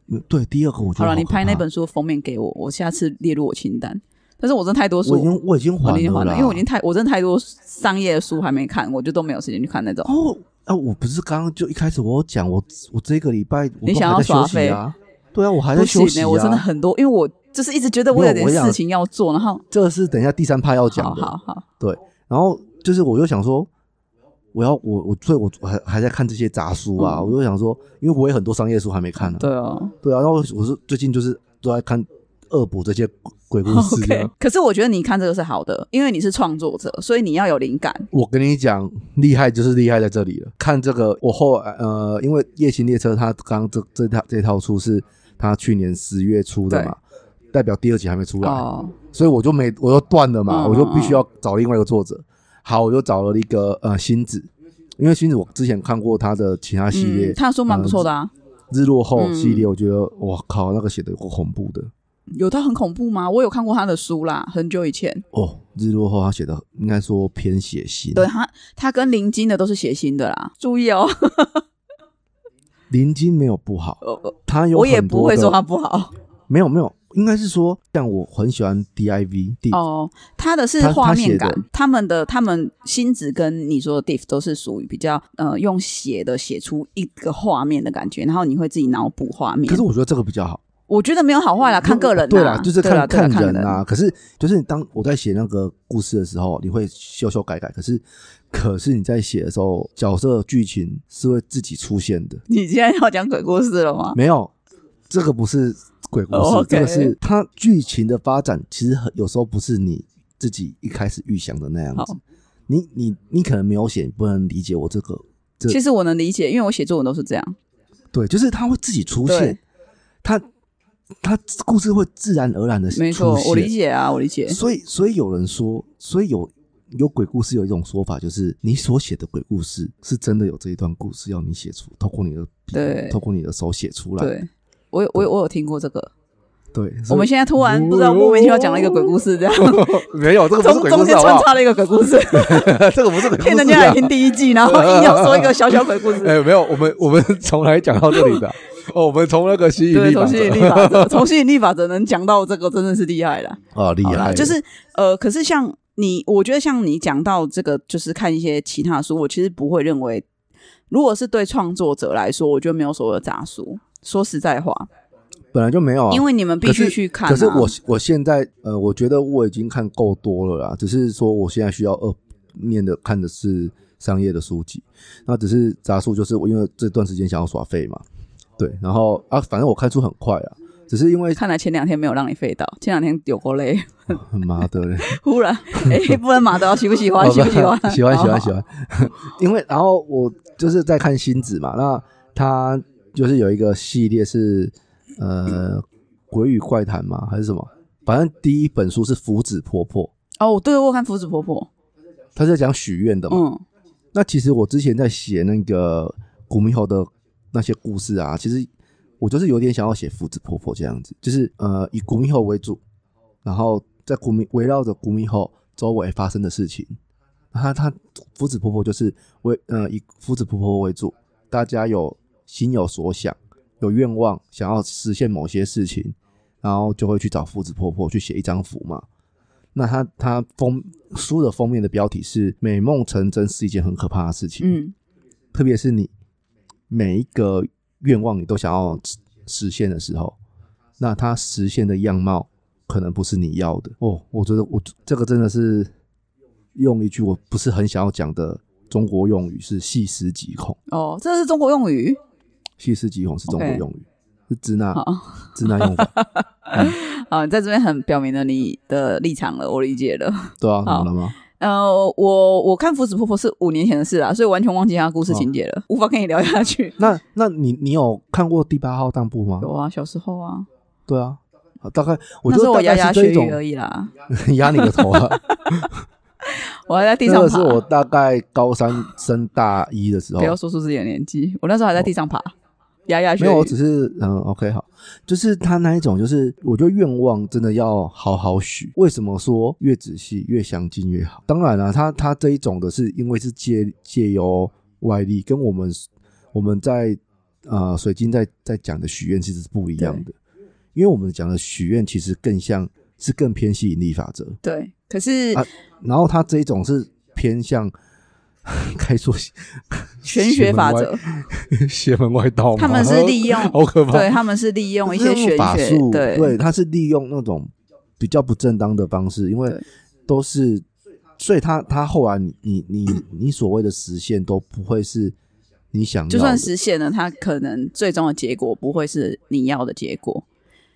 [SPEAKER 1] 嗯对，第二个我觉
[SPEAKER 2] 好
[SPEAKER 1] 得
[SPEAKER 2] 了，你
[SPEAKER 1] 可怕
[SPEAKER 2] 拍那本书的封面给我，我下次列入我清单。但是我真的太多书，
[SPEAKER 1] 我已经我已经
[SPEAKER 2] 我
[SPEAKER 1] 还
[SPEAKER 2] 已经
[SPEAKER 1] 了
[SPEAKER 2] 还
[SPEAKER 1] 啦，
[SPEAKER 2] 了，因为我已经太我真的太多商业的书还没看，我就都没有时间去看那种。
[SPEAKER 1] 哦啊，我不是刚刚就一开始我有讲我我这个礼拜我
[SPEAKER 2] 你
[SPEAKER 1] 都
[SPEAKER 2] 想
[SPEAKER 1] 还
[SPEAKER 2] 要
[SPEAKER 1] 在
[SPEAKER 2] 耍
[SPEAKER 1] 休息
[SPEAKER 2] 废
[SPEAKER 1] 啊，对啊，我还在
[SPEAKER 2] 不行
[SPEAKER 1] 休
[SPEAKER 2] 呢、
[SPEAKER 1] 息啊，
[SPEAKER 2] 我真的很多，因为我就是一直觉得我有点
[SPEAKER 1] 没有我想
[SPEAKER 2] 事情要做，然后
[SPEAKER 1] 这个是等一下第三趴要讲
[SPEAKER 2] 好
[SPEAKER 1] 的，
[SPEAKER 2] 好好，
[SPEAKER 1] 然后就是我就想说，我要我我所以我我还还在看这些杂书啊，
[SPEAKER 2] 嗯
[SPEAKER 1] 我就想说，因为我也很多商业书还没看呢、
[SPEAKER 2] 对哦。
[SPEAKER 1] 对啊，然后我我是最近就是都在看恶补这些鬼故事啊这
[SPEAKER 2] OK，
[SPEAKER 1] 样。
[SPEAKER 2] 可是我觉得你看这个是好的，因为你是创作者，所以你要有灵感。
[SPEAKER 1] 我跟你讲，厉害就是厉害在这里了。看这个，我后来呃，因为《夜行列车》它刚这这套这套书是它去年十月出的嘛，代表第二集还没出来，
[SPEAKER 2] 哦，
[SPEAKER 1] 所以我就没我就断了嘛，
[SPEAKER 2] 嗯
[SPEAKER 1] 我就必须要找另外一个作者。好，我就找了一个呃星子，因为星子我之前看过他的其他系列，
[SPEAKER 2] 嗯，他的书蛮不错的啊。
[SPEAKER 1] 日落后》
[SPEAKER 2] 嗯
[SPEAKER 1] 系列，我觉得我靠，那个写的有够恐怖的
[SPEAKER 2] 有他很恐怖吗？我有看过他的书啦，很久以前。
[SPEAKER 1] 哦，《日落后》他写的应该说偏血腥，
[SPEAKER 2] 对，他，他跟林金的都是血腥的啦，注意哦。
[SPEAKER 1] 林金没有不好，
[SPEAKER 2] 我
[SPEAKER 1] 他有
[SPEAKER 2] 哦我也
[SPEAKER 1] 很多
[SPEAKER 2] 不会
[SPEAKER 1] 的
[SPEAKER 2] 说他不好
[SPEAKER 1] 没有没有，应该是说像我很喜欢 DIV 地，
[SPEAKER 2] 哦，他的是
[SPEAKER 1] 他
[SPEAKER 2] 画
[SPEAKER 1] 他
[SPEAKER 2] 面
[SPEAKER 1] 写
[SPEAKER 2] 感
[SPEAKER 1] 的，
[SPEAKER 2] 他们的他们心子跟你说的 diff 都是属于比较呃用写的写出一个画面的感觉，然后你会自己脑补画面
[SPEAKER 1] 可。是我觉得这个比较好，
[SPEAKER 2] 我觉得没有好坏啦，看个人啦，啊
[SPEAKER 1] 对啦，就是
[SPEAKER 2] 对啦
[SPEAKER 1] 看
[SPEAKER 2] 对啦
[SPEAKER 1] 看
[SPEAKER 2] 看
[SPEAKER 1] 人
[SPEAKER 2] 人
[SPEAKER 1] 啊。可是就是当我在写那个故事的时候，你会修修改改，可是可是你在写的时候，角色剧情是会自己出现的，
[SPEAKER 2] 你现在要讲鬼故事了吗？
[SPEAKER 1] 没有这个不是鬼故
[SPEAKER 2] 哦
[SPEAKER 1] 事，
[SPEAKER 2] ，OK
[SPEAKER 1] 这个是它剧情的发展，其实很有时候不是你自己一开始预想的那样
[SPEAKER 2] 好
[SPEAKER 1] 子。你你你可能没有写，你不能理解我这个这
[SPEAKER 2] 其实我能理解，因为我写作文都是这样。
[SPEAKER 1] 对，就是它会自己出
[SPEAKER 2] 对
[SPEAKER 1] 现，它它故事会自然而然的
[SPEAKER 2] 没错，我理解啊，我理解。
[SPEAKER 1] 所以，所以有人说，所以有有鬼故事有一种说法，就是你所写的鬼故事是真的有这一段故事要你写出，透过你的笔
[SPEAKER 2] 对
[SPEAKER 1] 透过你的手写出来。
[SPEAKER 2] 对，我有我有我有听过这个。
[SPEAKER 1] 对，
[SPEAKER 2] 我
[SPEAKER 1] 所以
[SPEAKER 2] 们现在突然不知道莫名其妙讲了一个鬼故事，这样
[SPEAKER 1] 没有这个不是
[SPEAKER 2] 中
[SPEAKER 1] 鬼
[SPEAKER 2] 中
[SPEAKER 1] 故事
[SPEAKER 2] 间
[SPEAKER 1] 好 不
[SPEAKER 2] 穿
[SPEAKER 1] 好？
[SPEAKER 2] 插了一个鬼故事，
[SPEAKER 1] 这个不是鬼故事、啊，
[SPEAKER 2] 骗人家来听第一 季，然后硬要说一个小小鬼故事。
[SPEAKER 1] 哎、没有，我们我们 从来讲到这里的哦，我们从那个吸引
[SPEAKER 2] 对，
[SPEAKER 1] 力法
[SPEAKER 2] 从吸
[SPEAKER 1] 则
[SPEAKER 2] 引力法则， 从吸引力法则能讲到这个，真的是厉害了。
[SPEAKER 1] 啊，厉
[SPEAKER 2] 好啦
[SPEAKER 1] 害，
[SPEAKER 2] 就是呃，可是像你，我觉得像你讲到这个，就是看一些其他的书，我其实不会认为，如果是对创作者来说，我觉得没有所谓的杂书。说实在话，
[SPEAKER 1] 本来就没有、啊，
[SPEAKER 2] 因为你们必
[SPEAKER 1] 可
[SPEAKER 2] 须
[SPEAKER 1] 是
[SPEAKER 2] 去看、啊
[SPEAKER 1] 哦可是我我现在呃，我觉得我已经看够多了啦，只是说我现在需要呃念的看的是商业的书籍，那只是杂书，就是我因为这段时间想要耍废嘛，对，然后啊，反正我看书很快啊，只是因为
[SPEAKER 2] 看来前两天没有让你废到，前两天有够累。
[SPEAKER 1] 妈的 嘞，
[SPEAKER 2] 忽然，哎、不能马德喜不喜欢？喜不喜欢？
[SPEAKER 1] 哦
[SPEAKER 2] 哦
[SPEAKER 1] 喜欢喜欢喜
[SPEAKER 2] 欢。
[SPEAKER 1] 欢， 因为然后我就是在看星子嘛，那他就是有一个系列是呃鬼语怪谈嘛还是什么，反正第一本书是福子婆婆。
[SPEAKER 2] 哦，对，我有看《福子婆婆
[SPEAKER 1] 他是在讲许愿的》。嘛。
[SPEAKER 2] 嗯，
[SPEAKER 1] 那其实我之前在写那个古猕猴的那些故事啊，其实我就是有点想要写福子婆婆这样子，就是呃以古猕猴为主，然后在古猕围绕着古猕猴周围发生的事情。他他福子婆婆就是为呃以福子婆婆为主，大家有心有所想，有愿望，想要实现某些事情，然后就会去找福子婆婆去写一张符嘛。那他他封书的封面的标题是“美梦成真是一件很可怕的事情”，
[SPEAKER 2] 嗯，
[SPEAKER 1] 特别是你每一个愿望你都想要实实现的时候，那它实现的样貌可能不是你要的哦。我觉得我这个真的是用一句我不是很想要讲的中国用语是“细思极恐
[SPEAKER 2] 哦，这是中国用语。”，“
[SPEAKER 1] 细思极恐”是中国
[SPEAKER 2] OK
[SPEAKER 1] 用语是支那
[SPEAKER 2] 好，
[SPEAKER 1] 支那 用法，
[SPEAKER 2] 好，你在这边很表明了你的立场了，我理解了。
[SPEAKER 1] 对啊，
[SPEAKER 2] 好
[SPEAKER 1] 懂了吗？
[SPEAKER 2] 呃，我我看《福子婆婆》是五年前的事啦，所以完全忘记她的故事情节了，
[SPEAKER 1] 哦
[SPEAKER 2] 无法跟你聊下去。
[SPEAKER 1] 那那你你有看过第八号当铺吗？
[SPEAKER 2] 有啊，小时候啊，
[SPEAKER 1] 对啊，好大概哦我
[SPEAKER 2] 那
[SPEAKER 1] 觉
[SPEAKER 2] 时
[SPEAKER 1] 得
[SPEAKER 2] 候我牙
[SPEAKER 1] 大
[SPEAKER 2] 牙
[SPEAKER 1] 概是这
[SPEAKER 2] 学
[SPEAKER 1] 一
[SPEAKER 2] 语
[SPEAKER 1] 种
[SPEAKER 2] 而已啦，
[SPEAKER 1] 压你个头啊！
[SPEAKER 2] 我还在地
[SPEAKER 1] 那
[SPEAKER 2] 上
[SPEAKER 1] 个是我哦
[SPEAKER 2] 爬。
[SPEAKER 1] 大概高三升大一的时候
[SPEAKER 2] 不，要说出自己的年纪，我那时候还在地上爬，牙牙
[SPEAKER 1] 哦
[SPEAKER 2] 学
[SPEAKER 1] 没有，我只
[SPEAKER 2] 语。
[SPEAKER 1] 是嗯，OK，好，就是他那一种，就是我觉得愿望真的要好好许。为什么说越仔细越详尽越好？当然啦、他他这一种的是因为是借借由外力，跟我们我们在呃水晶在在讲的许愿其实是不一样的，因为我们讲的许愿其实更像是更偏吸引力法则，
[SPEAKER 2] 对，可是
[SPEAKER 1] 啊然后他这一种是偏向 该说
[SPEAKER 2] 玄学法则，
[SPEAKER 1] 邪门歪道吗，
[SPEAKER 2] 他们是利用
[SPEAKER 1] 好可怕，
[SPEAKER 2] 对，他们是利用一些玄
[SPEAKER 1] 法
[SPEAKER 2] 学
[SPEAKER 1] 术，，
[SPEAKER 2] 对
[SPEAKER 1] 对，他是利用那种比较不正当的方式，因为
[SPEAKER 2] 对
[SPEAKER 1] 都是，所以他他后来你你你你所谓的实现都不会是你想要的，
[SPEAKER 2] 就算实现了，它可能最终的结果不会是你要的结果，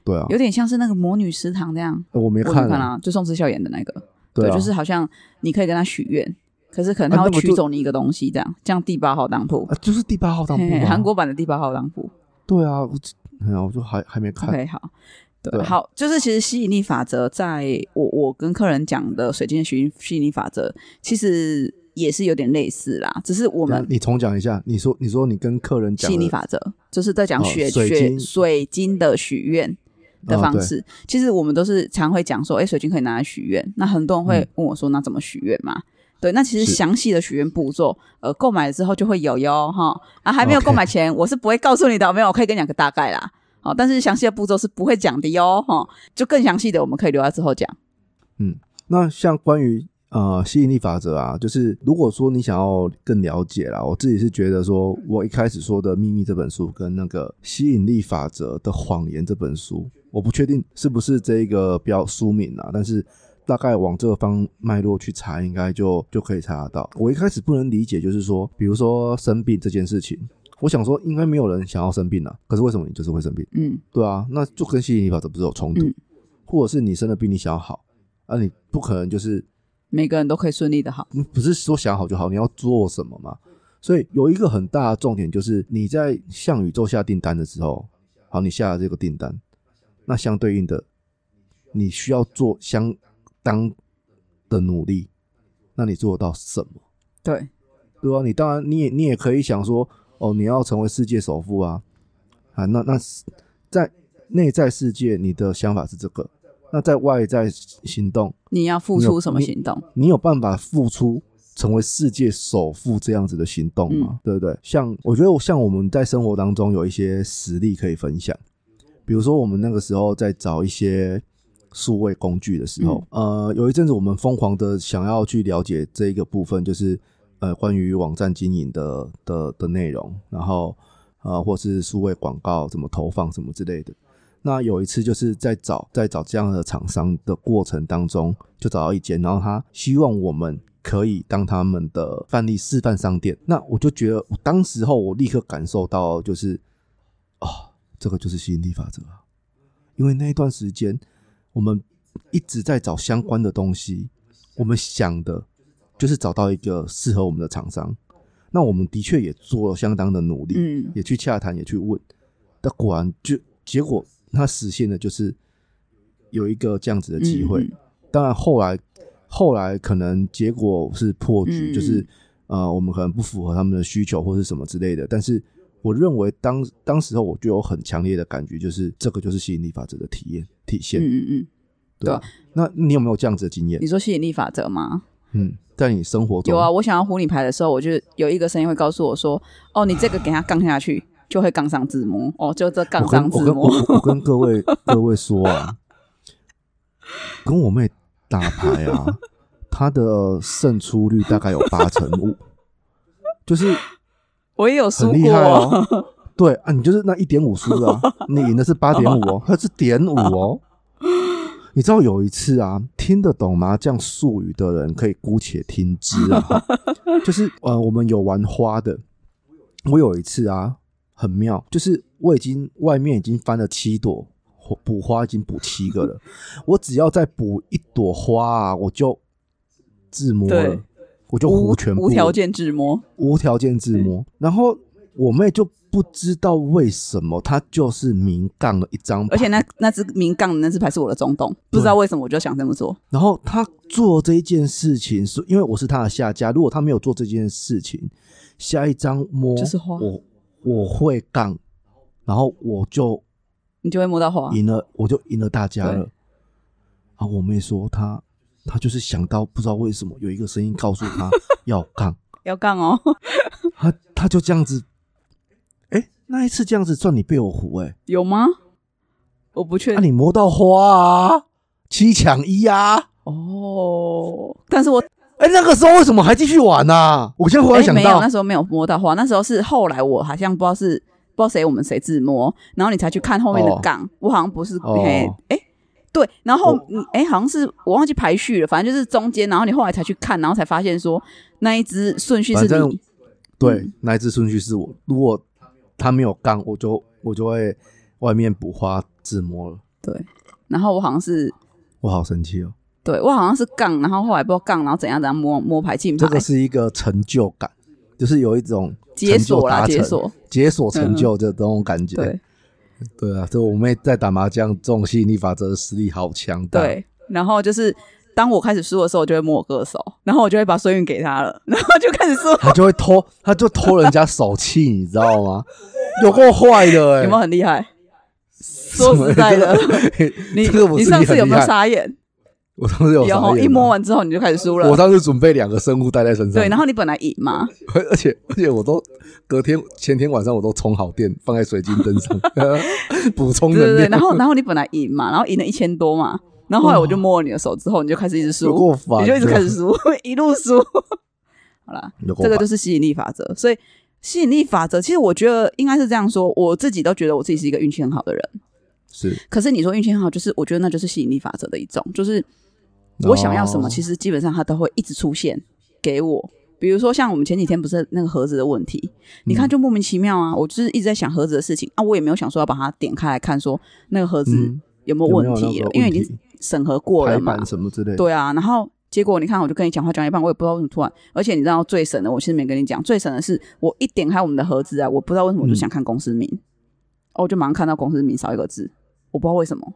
[SPEAKER 1] 对啊，
[SPEAKER 2] 有点像是那个魔女食堂那样。
[SPEAKER 1] 我没
[SPEAKER 2] 我看
[SPEAKER 1] 看啊，
[SPEAKER 2] 了，就宋智孝演的那个，
[SPEAKER 1] 啊，
[SPEAKER 2] 就是好像你可以跟他许愿，可是可能
[SPEAKER 1] 啊
[SPEAKER 2] 他会
[SPEAKER 1] 那不
[SPEAKER 2] 取
[SPEAKER 1] 就
[SPEAKER 2] 走你一个东西，这样，像第八号当铺
[SPEAKER 1] 啊，，就是第八号当
[SPEAKER 2] 嘿
[SPEAKER 1] 铺
[SPEAKER 2] 嘿
[SPEAKER 1] 嘛，
[SPEAKER 2] 韩国版的第八号当铺。
[SPEAKER 1] 对啊，我哎呀，我就还还没看，
[SPEAKER 2] OK，好，对，
[SPEAKER 1] 对啊
[SPEAKER 2] 好，就是其实吸引力法则，在我我跟客人讲的水晶的吸引吸引力法则，其实也是有点类似啦，只是我
[SPEAKER 1] 那
[SPEAKER 2] 们
[SPEAKER 1] 你重讲一下，你说你说你跟客人讲
[SPEAKER 2] 吸引力
[SPEAKER 1] 的
[SPEAKER 2] 法则就是在讲
[SPEAKER 1] 哦
[SPEAKER 2] 雪
[SPEAKER 1] 水
[SPEAKER 2] 雪
[SPEAKER 1] 晶
[SPEAKER 2] 水晶的许愿。的
[SPEAKER 1] 哦
[SPEAKER 2] 方
[SPEAKER 1] 对
[SPEAKER 2] 式，其实我们都是常会讲说，哎，水晶可以拿来许愿。那很多人会
[SPEAKER 1] 嗯
[SPEAKER 2] 问我说，那怎么许愿嘛？对，那其实
[SPEAKER 1] 是
[SPEAKER 2] 详细的许愿步骤，呃，购买了之后就会有哟哈。啊，还没有购买前我是不会告诉你的，没有，我可以跟你讲个大概啦。好、但是详细的步骤是不会讲的哟哈。就更详细的，我们可以留在之后讲。
[SPEAKER 1] 那像关于呃吸引力法则啊，就是如果说你想要更了解啦，我自己是觉得说，我一开始说的《秘密》这本书跟那个《吸引力法则的谎言》这本书，我不确定是不是这个标书名啊，但是。大概往这个方脉络去查，应该就就可以查得到。我一开始不能理解，就是说，比如说生病这件事情，我想说应该没有人想要生病啊，可是为什么你就是会生病？
[SPEAKER 2] 嗯，
[SPEAKER 1] 对啊，那就跟吸引力法则不是有冲突？
[SPEAKER 2] 嗯
[SPEAKER 1] 或者是你生了病，你想要好，啊，你不可能就是
[SPEAKER 2] 每个人都可以顺利的好。
[SPEAKER 1] 你不是说想好就好，你要做什么嘛？所以有一个很大的重点就是你在向宇宙下订单的时候，好，你下了这个订单，那相对应的你需要做相当的努力，那你做得到什么？
[SPEAKER 2] 对，
[SPEAKER 1] 对啊，你当然你也你也可以想说，哦，你要成为世界首富啊，啊，那那是在内在世界你的想法是这个，那在外在行动，
[SPEAKER 2] 你要付
[SPEAKER 1] 你有
[SPEAKER 2] 出什么
[SPEAKER 1] 你
[SPEAKER 2] 行动？
[SPEAKER 1] 你有办法付出成为世界首富这样子的行动吗？对不对？像我觉得，像我们在生活当中有一些实例可以分享，比如说我们那个时候在找一些数位工具的时候，呃，有一阵子我们疯狂的想要去了解这一个部分，就是呃关于网站经营的的的内容，然后呃或是数位广告怎么投放什么之类的。那有一次就是在找在找这样的厂商的过程当中，就找到一间，然后他希望我们可以当他们的范例示范商店。那我就觉得，我当时候我立刻感受到，就是哦，这个就是吸引力法则啊。因为那一段时间，我们一直在找相关的东西，我们想的就是找到一个适合我们的厂商。那我们的确也做了相当的努力，
[SPEAKER 2] 嗯，
[SPEAKER 1] 也去洽谈，也去问，但果然就结果他实现的就是有一个这样子的机会。
[SPEAKER 2] 嗯
[SPEAKER 1] 当然后来后来可能结果是破局，
[SPEAKER 2] 嗯
[SPEAKER 1] 就是呃我们可能不符合他们的需求或是什么之类的，但是。我认为当当时候我就有很强烈的感觉，就是这个就是吸引力法则的体验体
[SPEAKER 2] 嗯
[SPEAKER 1] 现，
[SPEAKER 2] 嗯嗯，
[SPEAKER 1] 对吧？那你有没有这样子的经验
[SPEAKER 2] 你？说吸引力法则吗？
[SPEAKER 1] 嗯，在你生活中
[SPEAKER 2] 有啊，，我想要糊你牌的时候，我就有一个声音会告诉我说：“哦，你这个给它杠下去，就会杠上自摸。哦，就这杠
[SPEAKER 1] 我跟
[SPEAKER 2] 上
[SPEAKER 1] 我
[SPEAKER 2] 自
[SPEAKER 1] 跟我
[SPEAKER 2] 摸。
[SPEAKER 1] 我我跟各位各位说啊， 跟我妹打牌啊，她的胜出率大概有八成五，就是
[SPEAKER 2] 我也有输
[SPEAKER 1] 很厉
[SPEAKER 2] 过，啊
[SPEAKER 1] 害哦。 对啊，你就是那一点五输的、啊，你赢的是八点五 哦，它是点五哦。你知道有一次啊，听得懂麻将术语的人可以姑且听之 啊，哈就是呃，我们有玩花的，我有一次啊，很妙，就是我已经外面已经翻了七朵花补花，已经补七个 了，我只要再补一朵花啊，我就自摸了
[SPEAKER 2] 对，
[SPEAKER 1] 我就
[SPEAKER 2] 无
[SPEAKER 1] 胡全部
[SPEAKER 2] 无条
[SPEAKER 1] 了
[SPEAKER 2] 件自摸。
[SPEAKER 1] 无条件自摸。然后我妹就不知道为什么，她就是明杠了一张牌，
[SPEAKER 2] 而且那那只明杠的那只牌是我的中洞，不知道为什么我就想这么做。
[SPEAKER 1] 然后他做这一件事情，是因为我是他的下家。如果他没有做这件事情，下一张摸
[SPEAKER 2] 就是花
[SPEAKER 1] 我我会杠，然后我就
[SPEAKER 2] 你就会摸到花，
[SPEAKER 1] 赢了，我就赢了大家了
[SPEAKER 2] 对。
[SPEAKER 1] 啊，我妹说她她就是想到不知道为什么有一个声音告诉 她要杠，
[SPEAKER 2] 要杠哦。
[SPEAKER 1] 她她就这样子，哎，那一次这样子赚你被我胡哎、
[SPEAKER 2] 有吗？我不确
[SPEAKER 1] 那、
[SPEAKER 2] 定、
[SPEAKER 1] 啊你摸到花啊，七抢一啊。
[SPEAKER 2] 哦，但是我
[SPEAKER 1] 哎，那个时候为什么还继续玩呢、啊我现在忽然
[SPEAKER 2] 哎
[SPEAKER 1] 想
[SPEAKER 2] 没有，
[SPEAKER 1] 到
[SPEAKER 2] 那，时候没有摸到花，那时候是后来我好像不知道是不知道谁我们谁自摸，然后你才去看后面的
[SPEAKER 1] 哦
[SPEAKER 2] 杠，我好像不是
[SPEAKER 1] 哦
[SPEAKER 2] 嘿哎。对，然后你哎、好像是我忘记排序了，反正就是中间，然后你后来才去看，然后才发现说那一只顺序是
[SPEAKER 1] 反正
[SPEAKER 2] 你嗯
[SPEAKER 1] 对，那一次顺序是我，如果他没有杠，我就我就会外面补花自摸了，
[SPEAKER 2] 对，然后我好像是
[SPEAKER 1] 我好生气哦。
[SPEAKER 2] 对我好像是杠，然后后来不知道杠，然后怎样怎样摸摸牌进牌，
[SPEAKER 1] 这个是一个成就感，就是有一种
[SPEAKER 2] 解
[SPEAKER 1] 成就
[SPEAKER 2] 锁啦，
[SPEAKER 1] 达成
[SPEAKER 2] 解锁，嗯
[SPEAKER 1] 解锁成就的这种感觉。
[SPEAKER 2] 对
[SPEAKER 1] 对啊，这我妹在打麻将，这种吸引力法则的实力好强大。，
[SPEAKER 2] 对。然后就是当我开始输的时候，我就会摸我哥的手，然后我就会把水运给他了，然后就开 始输。
[SPEAKER 1] 她就会偷，她就偷人家手气，你知道吗？有够坏的哎、
[SPEAKER 2] 有没有很 厉害？
[SPEAKER 1] 什
[SPEAKER 2] 说
[SPEAKER 1] 么
[SPEAKER 2] 实在的，你
[SPEAKER 1] 这个不
[SPEAKER 2] 你
[SPEAKER 1] 是
[SPEAKER 2] 上次
[SPEAKER 1] 很
[SPEAKER 2] 有没
[SPEAKER 1] 厉
[SPEAKER 2] 有
[SPEAKER 1] 害
[SPEAKER 2] 傻眼？
[SPEAKER 1] 我当时有
[SPEAKER 2] 有
[SPEAKER 1] 傻
[SPEAKER 2] 哦，
[SPEAKER 1] 眼
[SPEAKER 2] 一摸
[SPEAKER 1] 啊，
[SPEAKER 2] 完之后你就开始输
[SPEAKER 1] 我
[SPEAKER 2] 了。
[SPEAKER 1] 当时准备两个生物带在身上。
[SPEAKER 2] 对，然后你本来赢嘛，
[SPEAKER 1] 而且而且我都隔天前天晚上我都充好电，放在水晶灯上 补充
[SPEAKER 2] 对
[SPEAKER 1] 能
[SPEAKER 2] 对对，
[SPEAKER 1] 量，
[SPEAKER 2] 然后然后你本来赢嘛，然后赢了一千多嘛，然后后来我就摸了你的手之后，你就开始一直
[SPEAKER 1] 有
[SPEAKER 2] 输，
[SPEAKER 1] 够烦的，
[SPEAKER 2] 你就一直开始输， 一路输。好啦，
[SPEAKER 1] 有够
[SPEAKER 2] 这
[SPEAKER 1] 烦，
[SPEAKER 2] 个就是吸引力法则。所以吸引力法则，其实我觉得应该是这样说，我自己都觉得我自己是一个运气很好的人。
[SPEAKER 1] 是
[SPEAKER 2] 可是你说运气很好，就是我觉得那就是吸引力法则的一种，就是我想要什么，
[SPEAKER 1] 哦
[SPEAKER 2] 其实基本上它都会一直出现给我。比如说像我们前几天不是那个盒子的问题，
[SPEAKER 1] 嗯
[SPEAKER 2] 你看就莫名其妙啊，我就是一直在想盒子的事情啊，我也没有想说要把它点开来看，说那个盒子
[SPEAKER 1] 嗯
[SPEAKER 2] 有没有问题
[SPEAKER 1] 有
[SPEAKER 2] 了，
[SPEAKER 1] 没有那个
[SPEAKER 2] 因为已
[SPEAKER 1] 问题
[SPEAKER 2] 经审核过
[SPEAKER 1] 排
[SPEAKER 2] 了嘛
[SPEAKER 1] 版。什么之类的，
[SPEAKER 2] 对啊，然后结果你看，我就跟你讲话讲一半，我也不知道为什么突然，而且你知道最神的，我其实没跟你讲，最神的是我一点开我们的盒子啊，我不知道为什么我就
[SPEAKER 1] 嗯
[SPEAKER 2] 想看公司名，哦，我就马上看到公司名少一个字，我不知道为什么。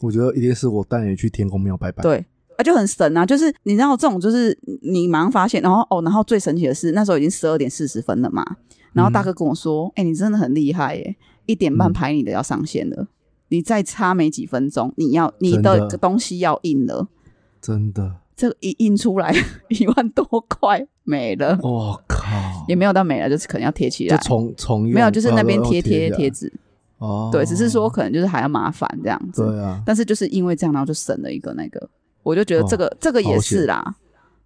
[SPEAKER 1] 我觉得一定是我带你去天宫庙拜拜，
[SPEAKER 2] 对。啊，就很神啊！就是你知道这种，就是你马上发现，然后哦，然后最神奇的是，那时候已经十二点四十分了嘛。然后大哥跟我说：“哎、你真的很厉害耶！一点半
[SPEAKER 1] 嗯
[SPEAKER 2] 排你的要上线了，你再差没几分钟，你要你
[SPEAKER 1] 真
[SPEAKER 2] 的
[SPEAKER 1] 的
[SPEAKER 2] 东西要印了，
[SPEAKER 1] 真的，
[SPEAKER 2] 这一印出来一万多块没了，
[SPEAKER 1] 我靠，
[SPEAKER 2] 也没有到没了，就是可能要贴起
[SPEAKER 1] 就
[SPEAKER 2] 来，
[SPEAKER 1] 重重用，
[SPEAKER 2] 啊没有，就是那边贴
[SPEAKER 1] 贴
[SPEAKER 2] 贴贴，纸，
[SPEAKER 1] 哦，
[SPEAKER 2] 对，只是说可能就是还要麻烦这样子。
[SPEAKER 1] 对啊，
[SPEAKER 2] 但是就是因为这样，然后就省了一个那个，我就觉得这个、这个也是啦，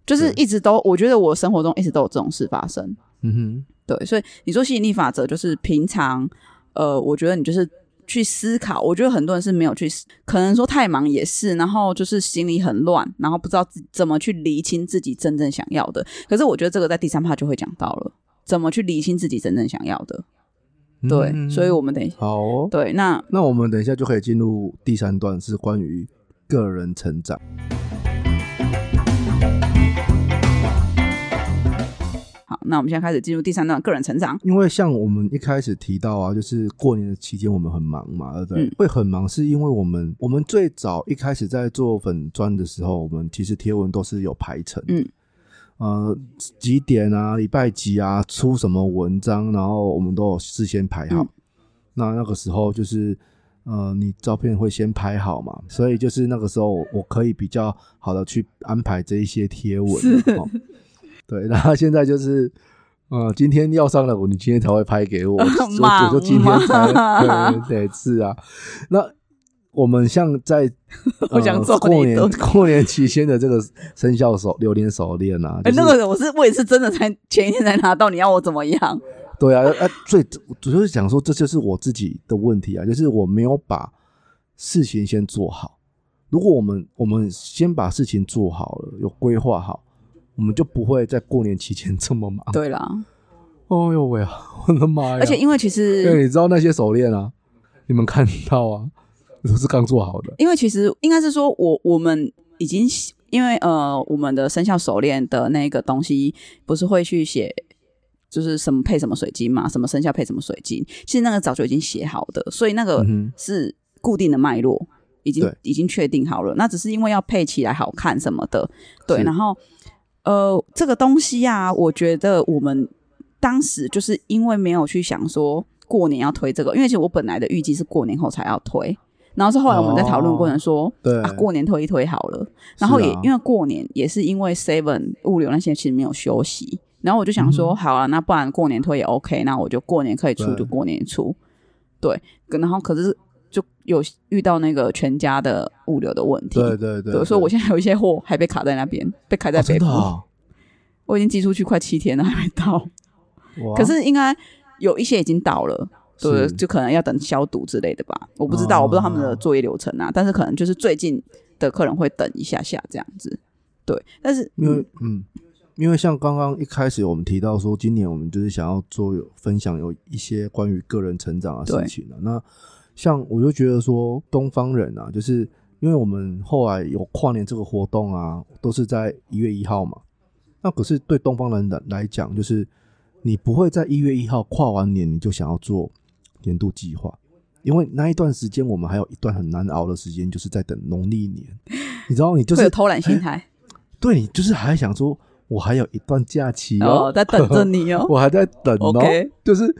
[SPEAKER 2] 就是一直都我觉得我生活中一直都有这种事发生，
[SPEAKER 1] 嗯
[SPEAKER 2] 对，所以你说吸引力法则就是平常，呃，我觉得你就是去思考，我觉得很多人是没有去思，可能说太忙也是，然后就是心里很乱，然后不知道自怎么去厘清自己真正想要的，可是我觉得这个在第三趴就会讲到了，怎么去厘清自己真正想要的，
[SPEAKER 1] 哼，
[SPEAKER 2] 对，
[SPEAKER 1] 嗯
[SPEAKER 2] 所以我们等一下，
[SPEAKER 1] 好哦，
[SPEAKER 2] 对，那
[SPEAKER 1] 那我们等一下就可以进入第三段，是关于个人成长。
[SPEAKER 2] 好，那我们现在开始进入第三段个人成长。
[SPEAKER 1] 因为像我们一开始提到啊，就是过年的期间我们很忙嘛，对不对？
[SPEAKER 2] 嗯
[SPEAKER 1] 会很忙是因为我们我们最早一开始在做粉砖的时候，我们其实贴文都是有排程，
[SPEAKER 2] 嗯，
[SPEAKER 1] 呃，几点啊，礼拜几啊，出什么文章，然后我们都有事先排好。
[SPEAKER 2] 嗯
[SPEAKER 1] 那那个时候就是。呃，你照片会先拍好嘛？
[SPEAKER 2] 嗯
[SPEAKER 1] 所以就是那个时候，我我可以比较好的去安排这一些贴文。哦对，然后现在就是，呃，今天要上了我，你今天才会拍给 我，我就
[SPEAKER 2] 妈
[SPEAKER 1] 我就今天
[SPEAKER 2] 妈
[SPEAKER 1] 才，对对是啊。那我们像 在呃
[SPEAKER 2] 我想揍
[SPEAKER 1] 过
[SPEAKER 2] 你
[SPEAKER 1] 年
[SPEAKER 2] 都
[SPEAKER 1] 过年期间的这个生肖 手榴莲手链啊，
[SPEAKER 2] 哎、
[SPEAKER 1] 就是
[SPEAKER 2] 那个我是我也是真的才前一天才拿到，你要我怎么样？
[SPEAKER 1] 对啊，啊，最主要是想说，这就是我自己的问题啊，就是我没有把事情先做好。如果我们我们先把事情做好了，有规划好，我们就不会在过年期间这么忙。
[SPEAKER 2] 对啦，
[SPEAKER 1] 哦呦喂啊，我的啊妈呀！
[SPEAKER 2] 而且因为其
[SPEAKER 1] 因为
[SPEAKER 2] 实，
[SPEAKER 1] 你知道那些手链啊，你们看到啊，都是刚做好的。
[SPEAKER 2] 因为其实应该是说我我们已经因为呃我们的生肖手链的那个东西不是会去写就是什么配什么水晶嘛，什么生肖配什么水晶，其实那个早就已经写好的，所以那个
[SPEAKER 1] 嗯哼
[SPEAKER 2] 是固定的脉络，已经
[SPEAKER 1] 对
[SPEAKER 2] 已经确定好了。那只是因为要配起来好看什么的，对。
[SPEAKER 1] 是
[SPEAKER 2] 然后呃，这个东西啊，我觉得我们当时就是因为没有去想说过年要推这个，因为其实我本来的预计是过年后才要推，然后是后来我们在讨论过程说。
[SPEAKER 1] 哦对，
[SPEAKER 2] 啊，过年推一推好了，然后也、
[SPEAKER 1] 啊
[SPEAKER 2] 因为过年也是因为 Seven 物流那些其实没有休息，然后我就想说，好啊，那不然过年推也 OK，那我就过年可以出
[SPEAKER 1] 嗯对
[SPEAKER 2] 就过年出，对，可然后可是就有遇到那个全家的物流的问题，
[SPEAKER 1] 对对对对，
[SPEAKER 2] 所以我现在有一些货还被卡在那边，被卡在
[SPEAKER 1] 哦
[SPEAKER 2] 北
[SPEAKER 1] 真
[SPEAKER 2] 部，
[SPEAKER 1] 的哦
[SPEAKER 2] 我已经寄出去快七天了，还没到，
[SPEAKER 1] 哇
[SPEAKER 2] 可是应该有一些已经到了。对，
[SPEAKER 1] 是
[SPEAKER 2] 就可能要等消毒之类的吧，我不知道，
[SPEAKER 1] 哦
[SPEAKER 2] 我不知道他们的作业流程啊，但是可能就是最近的客人会等一下下这样子，对，但是
[SPEAKER 1] 因为嗯，因为像刚刚一开始我们提到说，今年我们就是想要做有分享有一些关于个人成长的
[SPEAKER 2] 对
[SPEAKER 1] 事情啊。那像我就觉得说，东方人啊，就是因为我们后来有跨年这个活动啊，都是在一月一号嘛。那可是对东方人来来讲，就是你不会在一月一号跨完年你就想要做年度计划，因为那一段时间我们还有一段很难熬的时间，就是在等农历年。你知道，你就
[SPEAKER 2] 会
[SPEAKER 1] 是
[SPEAKER 2] 有偷懒心态，
[SPEAKER 1] 对你就是还想说，我还 有一段假期
[SPEAKER 2] 哦
[SPEAKER 1] 哦，，
[SPEAKER 2] 在等着你哦。
[SPEAKER 1] 我还在等哦
[SPEAKER 2] OK
[SPEAKER 1] 就是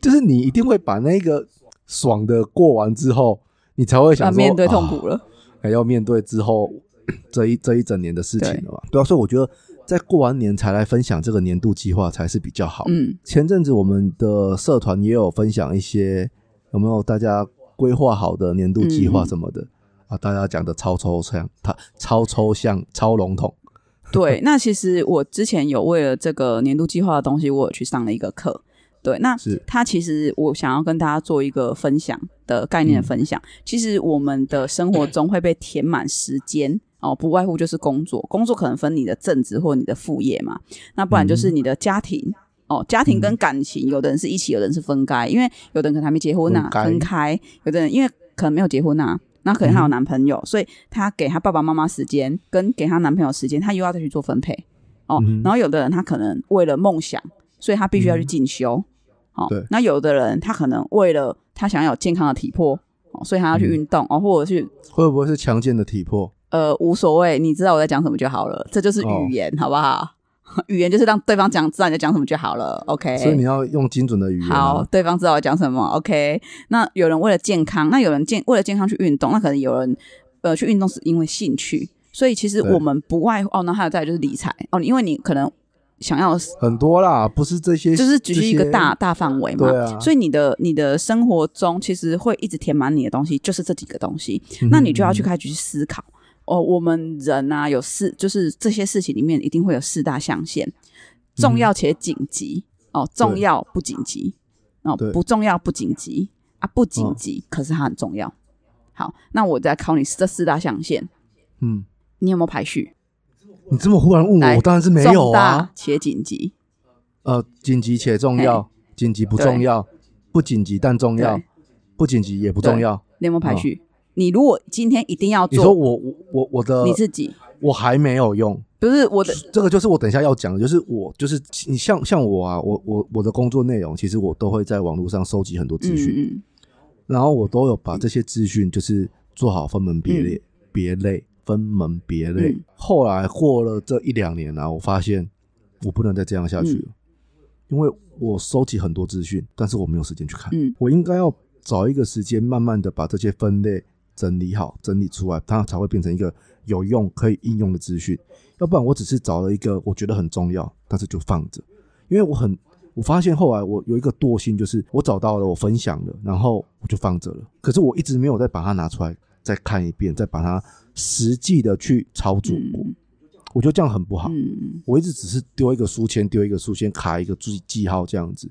[SPEAKER 1] 就是你一定会把那个爽的过完之后，你才会
[SPEAKER 2] 要
[SPEAKER 1] 想说
[SPEAKER 2] 面对痛
[SPEAKER 1] 啊
[SPEAKER 2] 苦了，
[SPEAKER 1] 还要面对之后 这一这一整年的事情
[SPEAKER 2] 对
[SPEAKER 1] 了嘛？对啊，所以我觉得在过完年才来分享这个年度计划才是比较好。
[SPEAKER 2] 嗯，
[SPEAKER 1] 前阵子我们的社团也有分享一些有没有大家规划好的年度计
[SPEAKER 2] 嗯
[SPEAKER 1] 划什么的、啊，大家讲的超抽象，它超抽象、超笼统。
[SPEAKER 2] 对。那其实我之前有为了这个年度计划的东西，我有去上了一个课，对。那
[SPEAKER 1] 是
[SPEAKER 2] 它其实我想要跟大家做一个分享的概
[SPEAKER 1] 嗯
[SPEAKER 2] 念的分享。其实我们的生活中会被填满时间哦，不外乎就是工作，工作可能分你的正职或你的副业嘛，那不
[SPEAKER 1] 嗯
[SPEAKER 2] 然就是你的家庭。哦，家庭跟感情，有的人是一起，有的人是分开，因为有的人可能还没结婚呐、
[SPEAKER 1] 分开
[SPEAKER 2] 分开；有的人因为可能没有结婚呐、那可能
[SPEAKER 1] 嗯
[SPEAKER 2] 她有男朋友，所以她给她爸爸妈妈时间，跟给她男朋友时间，她又要再去做分配哦。
[SPEAKER 1] 嗯哼
[SPEAKER 2] 然后有的人他可能为了梦想，所以他必须要去进修，哦
[SPEAKER 1] 嗯对，
[SPEAKER 2] 那有的人他可能为了他想要有健康的体魄，哦，所以他要
[SPEAKER 1] 嗯
[SPEAKER 2] 去运动、哦，或者去
[SPEAKER 1] 会不会是强健的体魄？
[SPEAKER 2] 呃无所谓，你知道我在讲什么就好了，这就是
[SPEAKER 1] 哦
[SPEAKER 2] 语言，好不好？ 语言就是让对方讲知道你在讲什么就好了，OK。
[SPEAKER 1] 所以你要用精准的语言、啊。
[SPEAKER 2] 哎好，，对方知道我讲什么，OK。那有人为了健康，那有人健为了健康去运动，那可能有人呃去运动是因为兴趣，所以其实
[SPEAKER 1] 对
[SPEAKER 2] 我们不外乎哦，那还有再来就是理财哦，因为你可能想要
[SPEAKER 1] 很多啦，不是这些，
[SPEAKER 2] 就是只是一个大大范围嘛。
[SPEAKER 1] 对啊
[SPEAKER 2] 所以你的你的生活中其实会一直填满你的东西，就是这几个东西，
[SPEAKER 1] 这些，
[SPEAKER 2] 那你就要去
[SPEAKER 1] 看。
[SPEAKER 2] 开始去思考。哦，我们人啊，有四，就是这些事情里面一定会有四大象
[SPEAKER 1] 嗯
[SPEAKER 2] 限，重要且紧急。哦，重要不紧急，哦，
[SPEAKER 1] 对
[SPEAKER 2] 不重要不紧急啊，不紧
[SPEAKER 1] 哦
[SPEAKER 2] 急，可是它很重要。好，那我再考你这四大象限，
[SPEAKER 1] 嗯，
[SPEAKER 2] 你有没有排序？
[SPEAKER 1] 你这么忽然问
[SPEAKER 2] 来
[SPEAKER 1] 我，我当然是没有
[SPEAKER 2] 重大
[SPEAKER 1] 啊。
[SPEAKER 2] 且紧急，
[SPEAKER 1] 呃，紧急且重要，紧急不重要，不紧急但重要
[SPEAKER 2] 哎对，
[SPEAKER 1] 不紧急也不重要。
[SPEAKER 2] 你有没有排
[SPEAKER 1] 哦
[SPEAKER 2] 序？你如果今天一定要
[SPEAKER 1] 你说
[SPEAKER 2] 做，
[SPEAKER 1] 我我我我的
[SPEAKER 2] 你自己
[SPEAKER 1] 我还没有用，
[SPEAKER 2] 不是我的
[SPEAKER 1] 这个就是我等一下要讲的，就是我就是你像像我啊，我我我的工作内容，其实我都会在网络上收集很多资讯，
[SPEAKER 2] 嗯
[SPEAKER 1] 然后我都有把这些资讯就是做好分门别类，别类分门别类。
[SPEAKER 2] 嗯
[SPEAKER 1] 后来过了这一两年啊，我发现我不能再这样下去了，因为我收集很多资讯，但是我没有时间去看。
[SPEAKER 2] 嗯
[SPEAKER 1] 我应该要找一个时间，慢慢的把这些分类整理好，整理出来，它才会变成一个有用可以应用的资讯。要不然我只是找了一个我觉得很重要，但是就放着，因为我很。我发现后来我有一个惰性，就是我找到了，我分享了，然后我就放着了。可是我一直没有再把它拿出来再看一遍，再把它实际的去操作过。
[SPEAKER 2] 嗯
[SPEAKER 1] 我觉得这样很不好。
[SPEAKER 2] 嗯，
[SPEAKER 1] 我一直只是丢一个书签，丢一个书签，卡一个记记号这样子。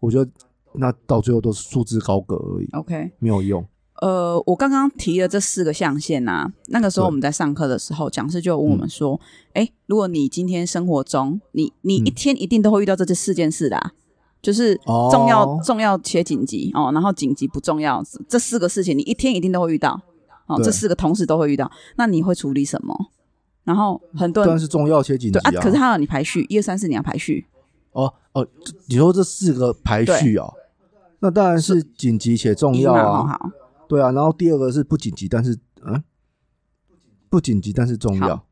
[SPEAKER 1] 我觉得那到最后都是束之高阁而已，
[SPEAKER 2] OK。
[SPEAKER 1] 没有用。
[SPEAKER 2] 呃，我刚刚提的这四个象限啊，那个时候
[SPEAKER 1] 对
[SPEAKER 2] 我们在上课的时候，讲师就有问我们说：“哎、如果你今天生活中，你你一
[SPEAKER 1] 嗯
[SPEAKER 2] 天一定都会遇到这四件事的、啊，就是
[SPEAKER 1] 哦
[SPEAKER 2] 重要、重要且紧急哦，然后紧急不重要，这四个事情你一天一定都会遇到哦，
[SPEAKER 1] 对
[SPEAKER 2] 这四个同时都会遇到，那你会处理什么？然后很多
[SPEAKER 1] 当
[SPEAKER 2] 人
[SPEAKER 1] 然是重要且紧急
[SPEAKER 2] 对啊，可是
[SPEAKER 1] 啊
[SPEAKER 2] 他要你排序，一二三四你要排序，
[SPEAKER 1] 哦哦，这你说这四个排序哦，那当然是紧急且重要
[SPEAKER 2] 好
[SPEAKER 1] 啊，
[SPEAKER 2] 好，
[SPEAKER 1] 对啊。然后第二个是不紧急，但是嗯，不紧急但是重要
[SPEAKER 2] 好。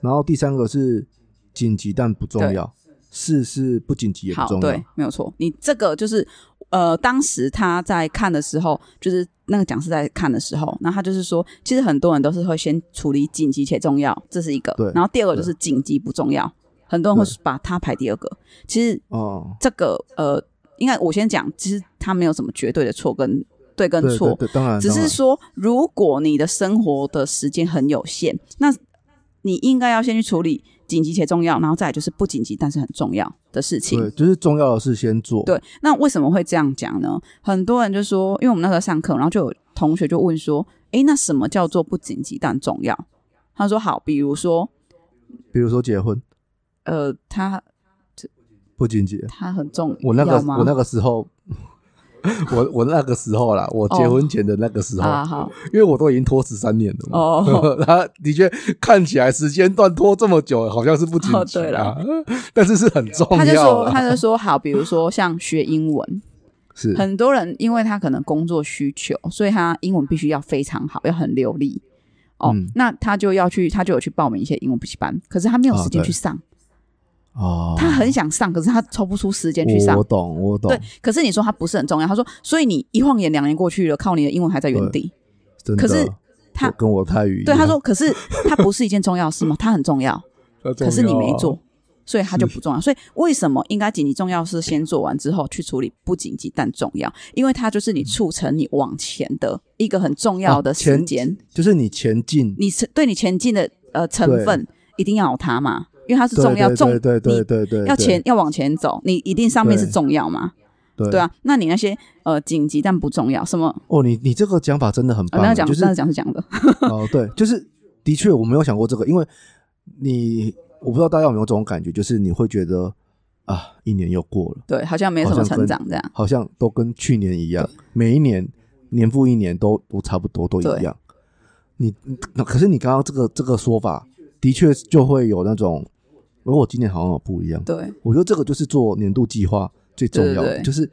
[SPEAKER 1] 然后第三个是紧急但不重要，四是不紧急也不
[SPEAKER 2] 好，
[SPEAKER 1] 重要
[SPEAKER 2] 对，，没有错。你这个就是呃，当时他在看的时候，就是那个讲师在看的时候，然后他就是说，其实很多人都是会先处理紧急且重要，这是一个
[SPEAKER 1] 对。
[SPEAKER 2] 然后第二个就是紧急不重要，很多人会
[SPEAKER 1] 对
[SPEAKER 2] 把它排第二个。其实
[SPEAKER 1] 哦，
[SPEAKER 2] 这个呃，应该我先讲，其实它没有什么绝对的错跟对跟
[SPEAKER 1] 对
[SPEAKER 2] 错，
[SPEAKER 1] 对对，当然，
[SPEAKER 2] 只
[SPEAKER 1] 当
[SPEAKER 2] 是
[SPEAKER 1] 然
[SPEAKER 2] 说，如果你的生活的时间很有限，那你应该要先去处理紧急且重要，然后再来就是不紧急但是很重要的事情。
[SPEAKER 1] 对，就是重要的事先做，
[SPEAKER 2] 对，那为什么会这样讲呢？很多人就说，因为我们那时候上课，然后就有同学就问说：“诶，那什么叫做不紧急但重要？”他说：“好，比如说，
[SPEAKER 1] 比如说结婚
[SPEAKER 2] 呃，他
[SPEAKER 1] 不紧急，
[SPEAKER 2] 他很重
[SPEAKER 1] 我那个
[SPEAKER 2] 要吗
[SPEAKER 1] 我那个时候， 我我那个时候啦，我结婚前的那个时候，
[SPEAKER 2] 啊好
[SPEAKER 1] 因为我都已经拖十三年了嘛。
[SPEAKER 2] 哦
[SPEAKER 1] 他的确看起来时间段拖这么久，好像是不紧急
[SPEAKER 2] 哦对
[SPEAKER 1] 啊
[SPEAKER 2] 了，
[SPEAKER 1] 但是是很重
[SPEAKER 2] 他就
[SPEAKER 1] 要
[SPEAKER 2] 说
[SPEAKER 1] 啊。
[SPEAKER 2] 他就说好，比如说像学英文，
[SPEAKER 1] 是
[SPEAKER 2] 很多人因为他可能工作需求，所以他英文必须要非常好，要很流利。哦，
[SPEAKER 1] 嗯
[SPEAKER 2] 那他就要去，他就有去报名一些英文补习班，可是他没有
[SPEAKER 1] 啊
[SPEAKER 2] 时间
[SPEAKER 1] 对
[SPEAKER 2] 去上，
[SPEAKER 1] 哦，
[SPEAKER 2] 他很想上，可是他抽不出时间去上
[SPEAKER 1] 我。懂，我懂
[SPEAKER 2] 对，，可是你说他不是很重要，他说，所以你一晃眼两年过去了，靠你的英文还在原地。
[SPEAKER 1] 真的。
[SPEAKER 2] 可是他
[SPEAKER 1] 我跟我泰语一
[SPEAKER 2] 对，
[SPEAKER 1] 样
[SPEAKER 2] 他说，可是它不是一件重要 的事吗？它很重要，
[SPEAKER 1] 他重
[SPEAKER 2] 可是你没
[SPEAKER 1] 要啊
[SPEAKER 2] 做，所以它就不重要。所以为什么应该紧急重要是先做完之后去处理不紧急但重要？因为它就是你促成你往前的一个很重要的
[SPEAKER 1] 啊前
[SPEAKER 2] 时间，
[SPEAKER 1] 就是你前进，
[SPEAKER 2] 你是对你前进的呃成分一定要有它嘛，因为它是重要
[SPEAKER 1] 对
[SPEAKER 2] 重
[SPEAKER 1] 对对对
[SPEAKER 2] 你
[SPEAKER 1] 对对，
[SPEAKER 2] 要前要往前走，你一定上面是
[SPEAKER 1] 对
[SPEAKER 2] 重要嘛，
[SPEAKER 1] 对
[SPEAKER 2] 对啊。那你那些呃紧急但不重要，什么
[SPEAKER 1] 哦，你你这个讲法真的很
[SPEAKER 2] 呃
[SPEAKER 1] 棒
[SPEAKER 2] 那
[SPEAKER 1] 啊，
[SPEAKER 2] 个讲
[SPEAKER 1] 就是
[SPEAKER 2] 那个讲是讲的，
[SPEAKER 1] 哦，对，就是的确我没有想过这个，因为你我不知道大家有没有这种感觉，就是你会觉得啊，一年又过了，
[SPEAKER 2] 对，好像没什么
[SPEAKER 1] 好像
[SPEAKER 2] 成
[SPEAKER 1] 跟
[SPEAKER 2] 长这样。
[SPEAKER 1] 好像都跟去年一样，每一年年复一年都都差不多都一
[SPEAKER 2] 对
[SPEAKER 1] 样。你那可是你刚刚这个这个说法，的确就会有那种，而我今年好像有不一样。
[SPEAKER 2] 对，
[SPEAKER 1] 我觉得这个就是做年度计划最重要的，
[SPEAKER 2] 对对对
[SPEAKER 1] 就是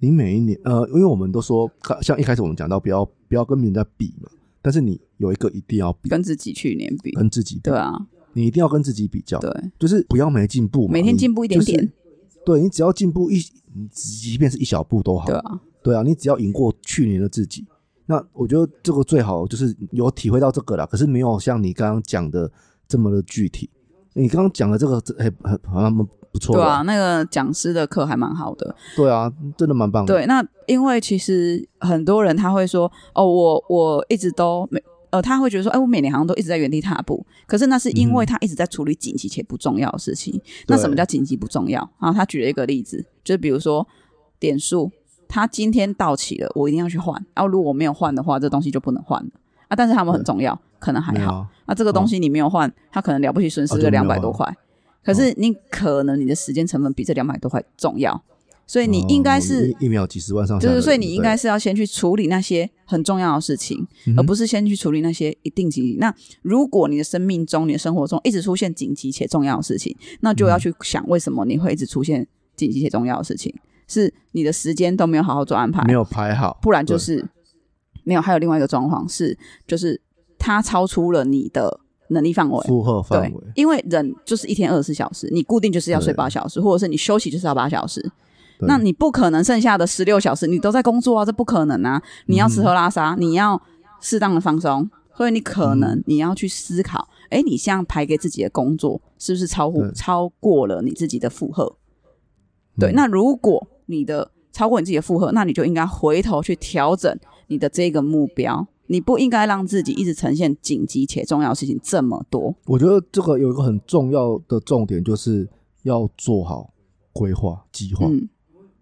[SPEAKER 1] 你每一年，呃，因为我们都说，看像一开始我们讲到不要不要跟人家比嘛，但是你有一个一定要比，
[SPEAKER 2] 跟自己去年比，
[SPEAKER 1] 跟自己比
[SPEAKER 2] 对，啊，
[SPEAKER 1] 你一定要跟自己比较，
[SPEAKER 2] 对，
[SPEAKER 1] 就是不要没进步嘛，
[SPEAKER 2] 每天进步一点点，
[SPEAKER 1] 你就是对你只要进步一，你即便是一小步都好，
[SPEAKER 2] 对啊，
[SPEAKER 1] 对啊，你只要赢过去年的自己，那我觉得这个最好就是有体会到这个啦，可是没有像你刚刚讲的这么的具体。你刚刚讲的这个，哎，很好像蛮不错
[SPEAKER 2] 对
[SPEAKER 1] 的
[SPEAKER 2] 啊，，那个讲师的课还蛮好的，
[SPEAKER 1] 对啊，真的蛮棒的。
[SPEAKER 2] 对，那因为其实很多人他会说，哦，我我一直都没。呃，他会觉得说，哎，我每年好像都一直在原地踏步。可是那是因
[SPEAKER 1] 嗯
[SPEAKER 2] 为他一直在处理紧急且不重要的事情。那什么叫紧急不重要？然后他举了一个例子，就是比如说点数，他今天到期了，我一定要去换。然、后如果我没有换的话，这东西就不能换了啊。但是他们很
[SPEAKER 1] 对
[SPEAKER 2] 重要，可能还
[SPEAKER 1] 没有
[SPEAKER 2] 好。
[SPEAKER 1] 啊，
[SPEAKER 2] 那这个东西你没有换，他可能了不起损失
[SPEAKER 1] 哦
[SPEAKER 2] 个
[SPEAKER 1] 就没有
[SPEAKER 2] 两
[SPEAKER 1] 换哦
[SPEAKER 2] 百多块，可是你可能你的时间成本比这两百多块重要，所以你应该是
[SPEAKER 1] 哦一一秒几十万上下
[SPEAKER 2] 就
[SPEAKER 1] 的，
[SPEAKER 2] 是，所以你应该
[SPEAKER 1] 对
[SPEAKER 2] 是要先去处理那些很重要的事情，
[SPEAKER 1] 嗯哼
[SPEAKER 2] 而不是先去处理那些一定紧急。那如果你的生命中、你的生活中一直出现紧急且重要的事情，那就
[SPEAKER 1] 嗯
[SPEAKER 2] 要去想为什么你会一直出现紧急且重要的事情，是你的时间都没有好好做安排，
[SPEAKER 1] 没有排好，
[SPEAKER 2] 不然就是没有。还有另外一个状况是，就是它超出了你的能力范围
[SPEAKER 1] 对。负荷范
[SPEAKER 2] 对
[SPEAKER 1] 围，，
[SPEAKER 2] 因为人就是一天二十四小时，你固定就是要睡
[SPEAKER 1] 对
[SPEAKER 2] 八小时，或者是你休息就是要八小时。
[SPEAKER 1] 对
[SPEAKER 2] 那你不可能剩下的十六小时你都在工作啊，这不可能啊！你要吃
[SPEAKER 1] 嗯
[SPEAKER 2] 喝拉撒，你要适当的放松，所以你可能
[SPEAKER 1] 嗯
[SPEAKER 2] 你要去思考，哎、你现在排给自己的工作是不是超乎
[SPEAKER 1] 对
[SPEAKER 2] 超过了你自己的负荷？对，
[SPEAKER 1] 嗯
[SPEAKER 2] 那如果你的超过你自己的负荷，那你就应该回头去调整你的这个目标。你不应该让自己一直呈现紧急且重要的事情这么多，
[SPEAKER 1] 我觉得这个有一个很重要的重点，就是要做好规划计划，
[SPEAKER 2] 嗯，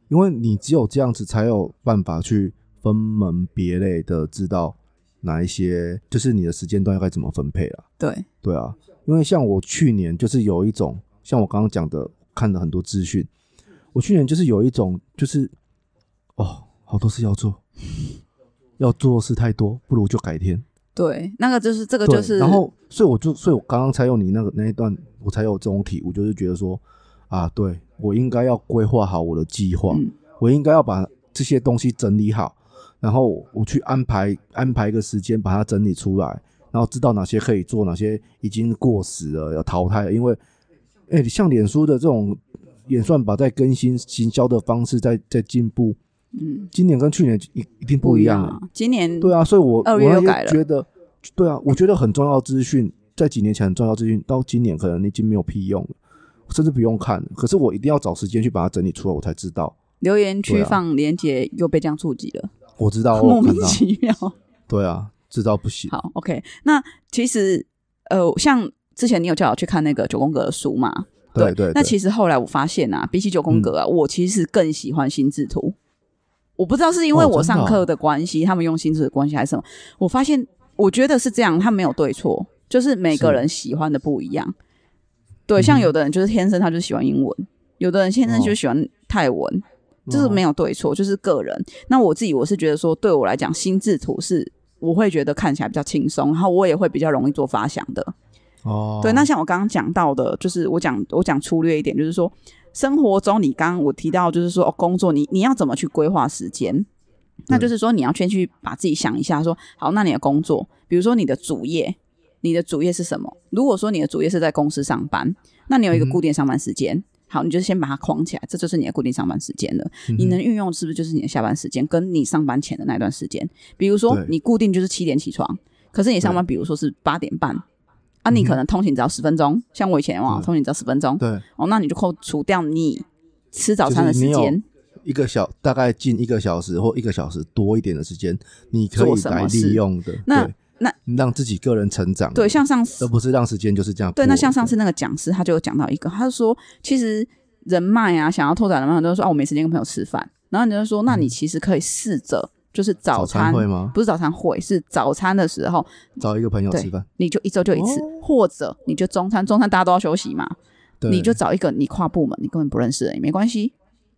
[SPEAKER 1] 因为你只有这样子才有办法去分门别类的知道哪一些，就是你的时间段该怎么分配啊。
[SPEAKER 2] 对，
[SPEAKER 1] 对啊，因为像我去年就是有一种，像我刚刚讲的，看了很多资讯，我去年就是有一种，就是哦，好多事要做，要做的事太多，不如就改天。
[SPEAKER 2] 对，那个就是这个
[SPEAKER 1] 对，
[SPEAKER 2] 就是，
[SPEAKER 1] 然后，所以我就，所以我刚刚才有你那个那一段，我才有这种体悟，就是觉得说啊，对我应该要规划好我的计划，
[SPEAKER 2] 嗯
[SPEAKER 1] 我应该要把这些东西整理好，然后我去安排安排一个时间把它整理出来，然后知道哪些可以做，哪些已经过时了要淘汰了。因为，哎、像脸书的这种演算法在更新行销的方式在在进步，
[SPEAKER 2] 嗯，
[SPEAKER 1] 今年跟去年一一定不一样了。
[SPEAKER 2] 啊。今年
[SPEAKER 1] 对啊，所以我
[SPEAKER 2] 二
[SPEAKER 1] 我
[SPEAKER 2] 月又
[SPEAKER 1] 也
[SPEAKER 2] 改了
[SPEAKER 1] 觉得，对啊，我觉得很重要的资讯，在几年前很重要的资讯，到今年可能已经没有屁用了，甚至不用看了。可是我一定要找时间去把它整理出来，我才知道。
[SPEAKER 2] 留言
[SPEAKER 1] 对
[SPEAKER 2] 区
[SPEAKER 1] 啊
[SPEAKER 2] 放连结又被这样触及了，
[SPEAKER 1] 我知 道，我
[SPEAKER 2] 莫
[SPEAKER 1] 有
[SPEAKER 2] 名
[SPEAKER 1] 看到，
[SPEAKER 2] 其妙。
[SPEAKER 1] 对啊，知道不行。
[SPEAKER 2] 好，OK，那其实呃，像之前你有叫我去看那个九宫格的书嘛？
[SPEAKER 1] 对对，嗯
[SPEAKER 2] 那
[SPEAKER 1] 对
[SPEAKER 2] 其实后来我发现啊，比起九宫格啊，我其实更喜欢心智图。我不知道是因为
[SPEAKER 1] 哦
[SPEAKER 2] 我
[SPEAKER 1] 真的
[SPEAKER 2] 上
[SPEAKER 1] 哦
[SPEAKER 2] 课的关系，他们用心智的关系还是什么，我发现我觉得是这样，他没有对错，就是每个
[SPEAKER 1] 是
[SPEAKER 2] 人喜欢的不一样。对，像
[SPEAKER 1] 嗯
[SPEAKER 2] 有的人就是天生他就喜欢英文，有的人天生就喜欢泰文，
[SPEAKER 1] 嗯哦
[SPEAKER 2] 就是没有对错，就是个人。那我自己我是觉得说，对我来讲，心智图是我会觉得看起来比较轻松，然后我也会比较容易做发想的。
[SPEAKER 1] 哦，
[SPEAKER 2] 对，那像我刚刚讲到的，就是我讲我讲粗略一点，就是说生活中你刚刚我提到，就是说、哦、工作你你要怎么去规划时间？
[SPEAKER 1] 嗯
[SPEAKER 2] 那就是说你要先去把自己想一下说好，那你的工作，比如说你的主业，你的主业是什么？如果说你的主业是在公司上班，那你有一个
[SPEAKER 1] 嗯哼
[SPEAKER 2] 固定上班时间。好，你就先把它框起来，这就是你的固定上班时间了。
[SPEAKER 1] 嗯哼
[SPEAKER 2] 你能运用是不是就是你的下班时间，跟你上班前的那段时间？比如说
[SPEAKER 1] 对
[SPEAKER 2] 你固定就是七点起床，可是你上班比如说是八点半，啊，你可能通勤只要十分钟，像我以前哇，
[SPEAKER 1] 嗯对
[SPEAKER 2] 通勤只要十分钟，
[SPEAKER 1] 对
[SPEAKER 2] 哦，那你就扣除掉你吃早餐的
[SPEAKER 1] 就
[SPEAKER 2] 时
[SPEAKER 1] 是你有
[SPEAKER 2] 间，
[SPEAKER 1] 一个小大概近一个小时或一个小时多一点的时间，你可
[SPEAKER 2] 做
[SPEAKER 1] 以
[SPEAKER 2] 什么
[SPEAKER 1] 来
[SPEAKER 2] 事
[SPEAKER 1] 利用的。
[SPEAKER 2] 那
[SPEAKER 1] 对
[SPEAKER 2] 那
[SPEAKER 1] 让自己个人成长，
[SPEAKER 2] 对，像上次
[SPEAKER 1] 而不是让时间就是这样过
[SPEAKER 2] 对，
[SPEAKER 1] 的。
[SPEAKER 2] 那像上次那个讲师他就有讲到一个，他就说其实人脉啊，想要拓展人脉，很多人说啊，我没时间跟朋友吃饭，然后你就说，那你其实可以试着就是
[SPEAKER 1] 嗯早
[SPEAKER 2] 早餐。
[SPEAKER 1] 会吗？
[SPEAKER 2] 不是早餐会，是早餐的时候，
[SPEAKER 1] 找一个朋友
[SPEAKER 2] 对
[SPEAKER 1] 吃饭，
[SPEAKER 2] 你就一周就一次，
[SPEAKER 1] 哦
[SPEAKER 2] 或者你就中餐，中餐大家都要休息嘛，
[SPEAKER 1] 对
[SPEAKER 2] 你就找一个你跨部门你根本不认识的人也没关系，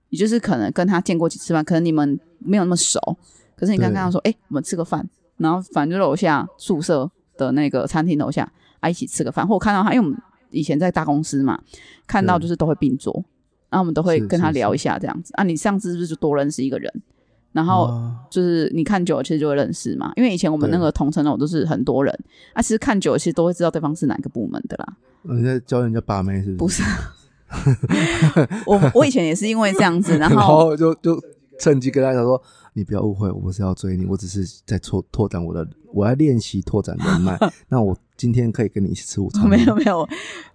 [SPEAKER 2] 你就是可能跟他见过几次饭，可能你们没有那么熟，可是你刚
[SPEAKER 1] 对
[SPEAKER 2] 刚说，哎、我们吃个饭，然后反正就楼下宿舍的那个餐厅楼下啊一起吃个饭，或我看到他，因为我们以前在大公司嘛，看到
[SPEAKER 1] 对
[SPEAKER 2] 就是都会并桌，那我们都会
[SPEAKER 1] 是
[SPEAKER 2] 跟他
[SPEAKER 1] 是
[SPEAKER 2] 聊
[SPEAKER 1] 是
[SPEAKER 2] 一下这样子啊，你上次是不是就多认识一个人？然后
[SPEAKER 1] 啊
[SPEAKER 2] 就是你看久了，其实就会认识嘛。因为以前我们那个同城楼都是很多人，啊，其实看久了，其实都会知道对方是哪个部门的啦。
[SPEAKER 1] 你在教人家把妹是
[SPEAKER 2] 不
[SPEAKER 1] 不是？
[SPEAKER 2] 是，啊我我以前也是因为这样子，然
[SPEAKER 1] 然
[SPEAKER 2] 后
[SPEAKER 1] 后就就趁机跟他讲说，你不要误会，我不是要追你，我只是在拓拓展我的，我要练习拓展人 脉。那我今天可以跟你一起吃午餐吗？
[SPEAKER 2] 没有没有，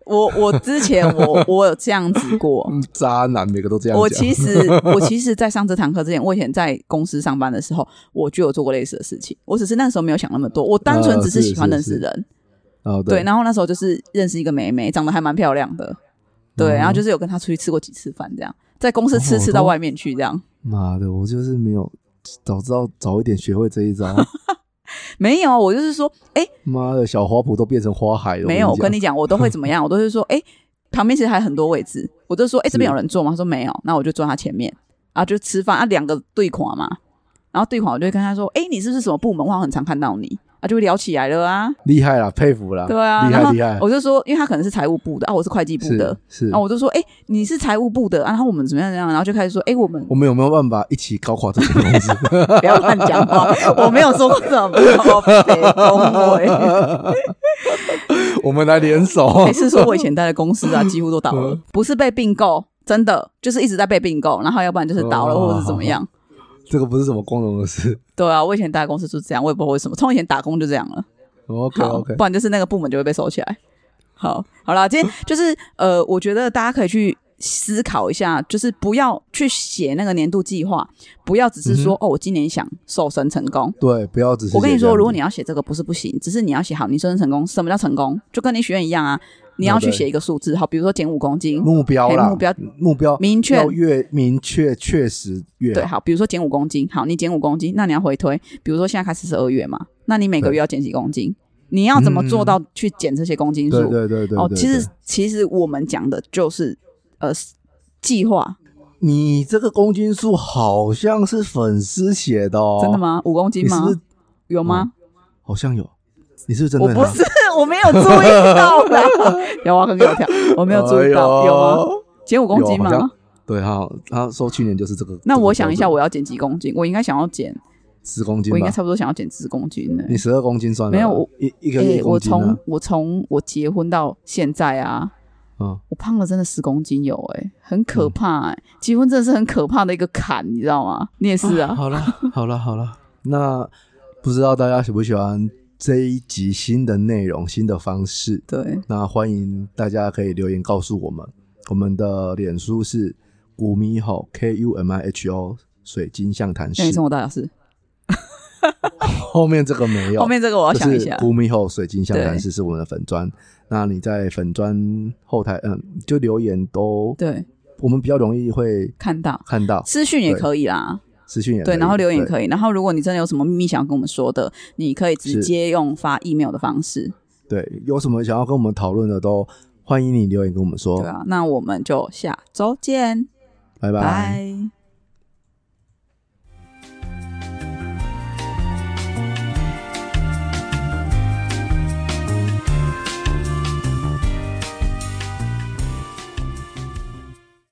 [SPEAKER 2] 我我之前我我有这样子过。
[SPEAKER 1] 嗯，渣男每个都这样讲。
[SPEAKER 2] 我其实我其实，在上这堂课之前，我以前在公司上班的时候，我就有做过类似的事情。我只是那时候没有想那么多，我单纯
[SPEAKER 1] 呃
[SPEAKER 2] 只是
[SPEAKER 1] 是
[SPEAKER 2] 喜欢
[SPEAKER 1] 是
[SPEAKER 2] 认识
[SPEAKER 1] 是
[SPEAKER 2] 人。
[SPEAKER 1] 哦
[SPEAKER 2] 对，然后那时候就是认识一个妹妹，长得还蛮漂亮的，对，
[SPEAKER 1] 嗯
[SPEAKER 2] 然后就是有跟她出去吃过几次饭，这样在公司吃
[SPEAKER 1] 哦
[SPEAKER 2] 吃到
[SPEAKER 1] 都
[SPEAKER 2] 外面去这样。
[SPEAKER 1] 妈的，我就是没有早知道早一点学会这一 招，
[SPEAKER 2] 没有，我就是说，哎，
[SPEAKER 1] 妈的小花圃都变成花海了。
[SPEAKER 2] 没有，我跟
[SPEAKER 1] 你
[SPEAKER 2] 你讲，我都会怎 么样？我都是说，哎，旁边其实还有很多位置，我就说，哎，这边有人坐吗？他说没有，那我就坐他前面，啊，就吃饭啊，两个对款嘛，然后对款我就会跟他说，哎，你是不是什么部门？我好像很常看到你，啊，就会聊起来了啊，
[SPEAKER 1] 讲厉害啦，佩服啦，
[SPEAKER 2] 对啊，
[SPEAKER 1] 厉
[SPEAKER 2] 然
[SPEAKER 1] 害
[SPEAKER 2] 后
[SPEAKER 1] 厉害，
[SPEAKER 2] 我就说，因为他可能是财务部的，啊，我是会计部的
[SPEAKER 1] 是。是
[SPEAKER 2] 然后。我就说，哎、你是财务部的，啊然后我们怎么样怎么样，然后就开始说，哎、我们
[SPEAKER 1] 我们有没有办法一起搞垮这间公 司？
[SPEAKER 2] 不要乱讲话，我没有说哦过这种话，恭维。
[SPEAKER 1] 我们来联手。啊
[SPEAKER 2] 每次说我以前待的公 司啊，几乎都倒
[SPEAKER 1] 嗯
[SPEAKER 2] 了，不是被并购，真的就是一直在被并购，然后要不然就是倒了，
[SPEAKER 1] 哦
[SPEAKER 2] 或者是怎么样。
[SPEAKER 1] 这个不是什么光荣的事。我
[SPEAKER 2] 对啊，我以前待的公司就是这样，我也不知道为什么，从以前打工就这样了。
[SPEAKER 1] OK
[SPEAKER 2] 好，
[SPEAKER 1] 啊 OK，嗯
[SPEAKER 2] 不然就是那个部门就会被收起来。好，好啦，今天就是呃，我觉得大家可以去思考一下，就是不要去写那个年度计划，不要只是说、哦，我今年想瘦身成功，
[SPEAKER 1] 对，不要只嗯是
[SPEAKER 2] 我跟你
[SPEAKER 1] 写这样子
[SPEAKER 2] 说，如果你要写这个不是不行，只是你要写好你生日成功。什么叫成功？就跟你许愿一样啊，你要去
[SPEAKER 1] 对
[SPEAKER 2] 写一个数字，好，比如说减五公斤，
[SPEAKER 1] 目标啦，
[SPEAKER 2] 嘿目标
[SPEAKER 1] 目标
[SPEAKER 2] 明确
[SPEAKER 1] 哦要越明确确实越
[SPEAKER 2] 对，
[SPEAKER 1] 好
[SPEAKER 2] 好，比如说减五公斤，好，你减五公斤，那你要回推，比如说现在开始是二月嘛，那你每个
[SPEAKER 1] 对嗯
[SPEAKER 2] 月要减几公斤？你要怎么做到去减这些公斤数？
[SPEAKER 1] 对对对对
[SPEAKER 2] 哦，
[SPEAKER 1] 对
[SPEAKER 2] 其
[SPEAKER 1] 对
[SPEAKER 2] 实其实我们讲的就是呃计划，
[SPEAKER 1] 你这个公斤数好像是粉丝写的哦，
[SPEAKER 2] 真的？吗？五公斤
[SPEAKER 1] 你是
[SPEAKER 2] 吗？
[SPEAKER 1] 不是
[SPEAKER 2] 有吗？
[SPEAKER 1] 好像有？你是不是真
[SPEAKER 2] 我
[SPEAKER 1] 的拿？
[SPEAKER 2] 不 是，我没有注意到啦。有啊，很有条，我没有注意到，有吗？
[SPEAKER 1] 吗？
[SPEAKER 2] 减五公斤
[SPEAKER 1] 哎有好
[SPEAKER 2] 吗
[SPEAKER 1] 像？对，他好他说去年就是这个。
[SPEAKER 2] 那我想一下，我要减几公斤？我应该想要减，
[SPEAKER 1] 十公斤
[SPEAKER 2] 我应该
[SPEAKER 1] 吧？
[SPEAKER 2] 差不多想要减十公斤呢、
[SPEAKER 1] 你十二公斤算了，
[SPEAKER 2] 没有我
[SPEAKER 1] 一一个
[SPEAKER 2] 哎、
[SPEAKER 1] 月一
[SPEAKER 2] 我
[SPEAKER 1] 公斤
[SPEAKER 2] 从
[SPEAKER 1] 啊。
[SPEAKER 2] 我从我结婚到现在啊，
[SPEAKER 1] 嗯，
[SPEAKER 2] 我胖了真的十公斤有哎、很可怕哎、结婚真的是很可怕的一个坎，你知道吗？你也是 啊，
[SPEAKER 1] 好 了，好了，好了。那不知道大家喜不喜欢这一集新的内容、新的方式？
[SPEAKER 2] 对，
[SPEAKER 1] 那欢迎大家可以留言告诉我们，我们的脸书是古米吼 K U M I H O 水晶象谈
[SPEAKER 2] 那
[SPEAKER 1] 室
[SPEAKER 2] 你，生活大小事，
[SPEAKER 1] 后面这个没有，
[SPEAKER 2] 后面这个我要想一
[SPEAKER 1] 就
[SPEAKER 2] 下
[SPEAKER 1] 是。古米后水晶象谈室是我们的粉砖，那你在粉砖后台，嗯，就留言都，
[SPEAKER 2] 对，
[SPEAKER 1] 我们比较容易会
[SPEAKER 2] 看到
[SPEAKER 1] 看到
[SPEAKER 2] 私讯也
[SPEAKER 1] 对
[SPEAKER 2] 可以啦，
[SPEAKER 1] 私讯也
[SPEAKER 2] 对，然后留言也
[SPEAKER 1] 以
[SPEAKER 2] 可以。然后如果你真的有什么秘密想要跟我们说的，你可以直
[SPEAKER 1] 是
[SPEAKER 2] 接用发 email 的方式。
[SPEAKER 1] 对，对有什么想要跟我们讨论的都
[SPEAKER 2] 啊
[SPEAKER 1] 欢迎你留言跟我们说，
[SPEAKER 2] 对啊，那我们就下周见，
[SPEAKER 1] 拜拜。
[SPEAKER 2] 拜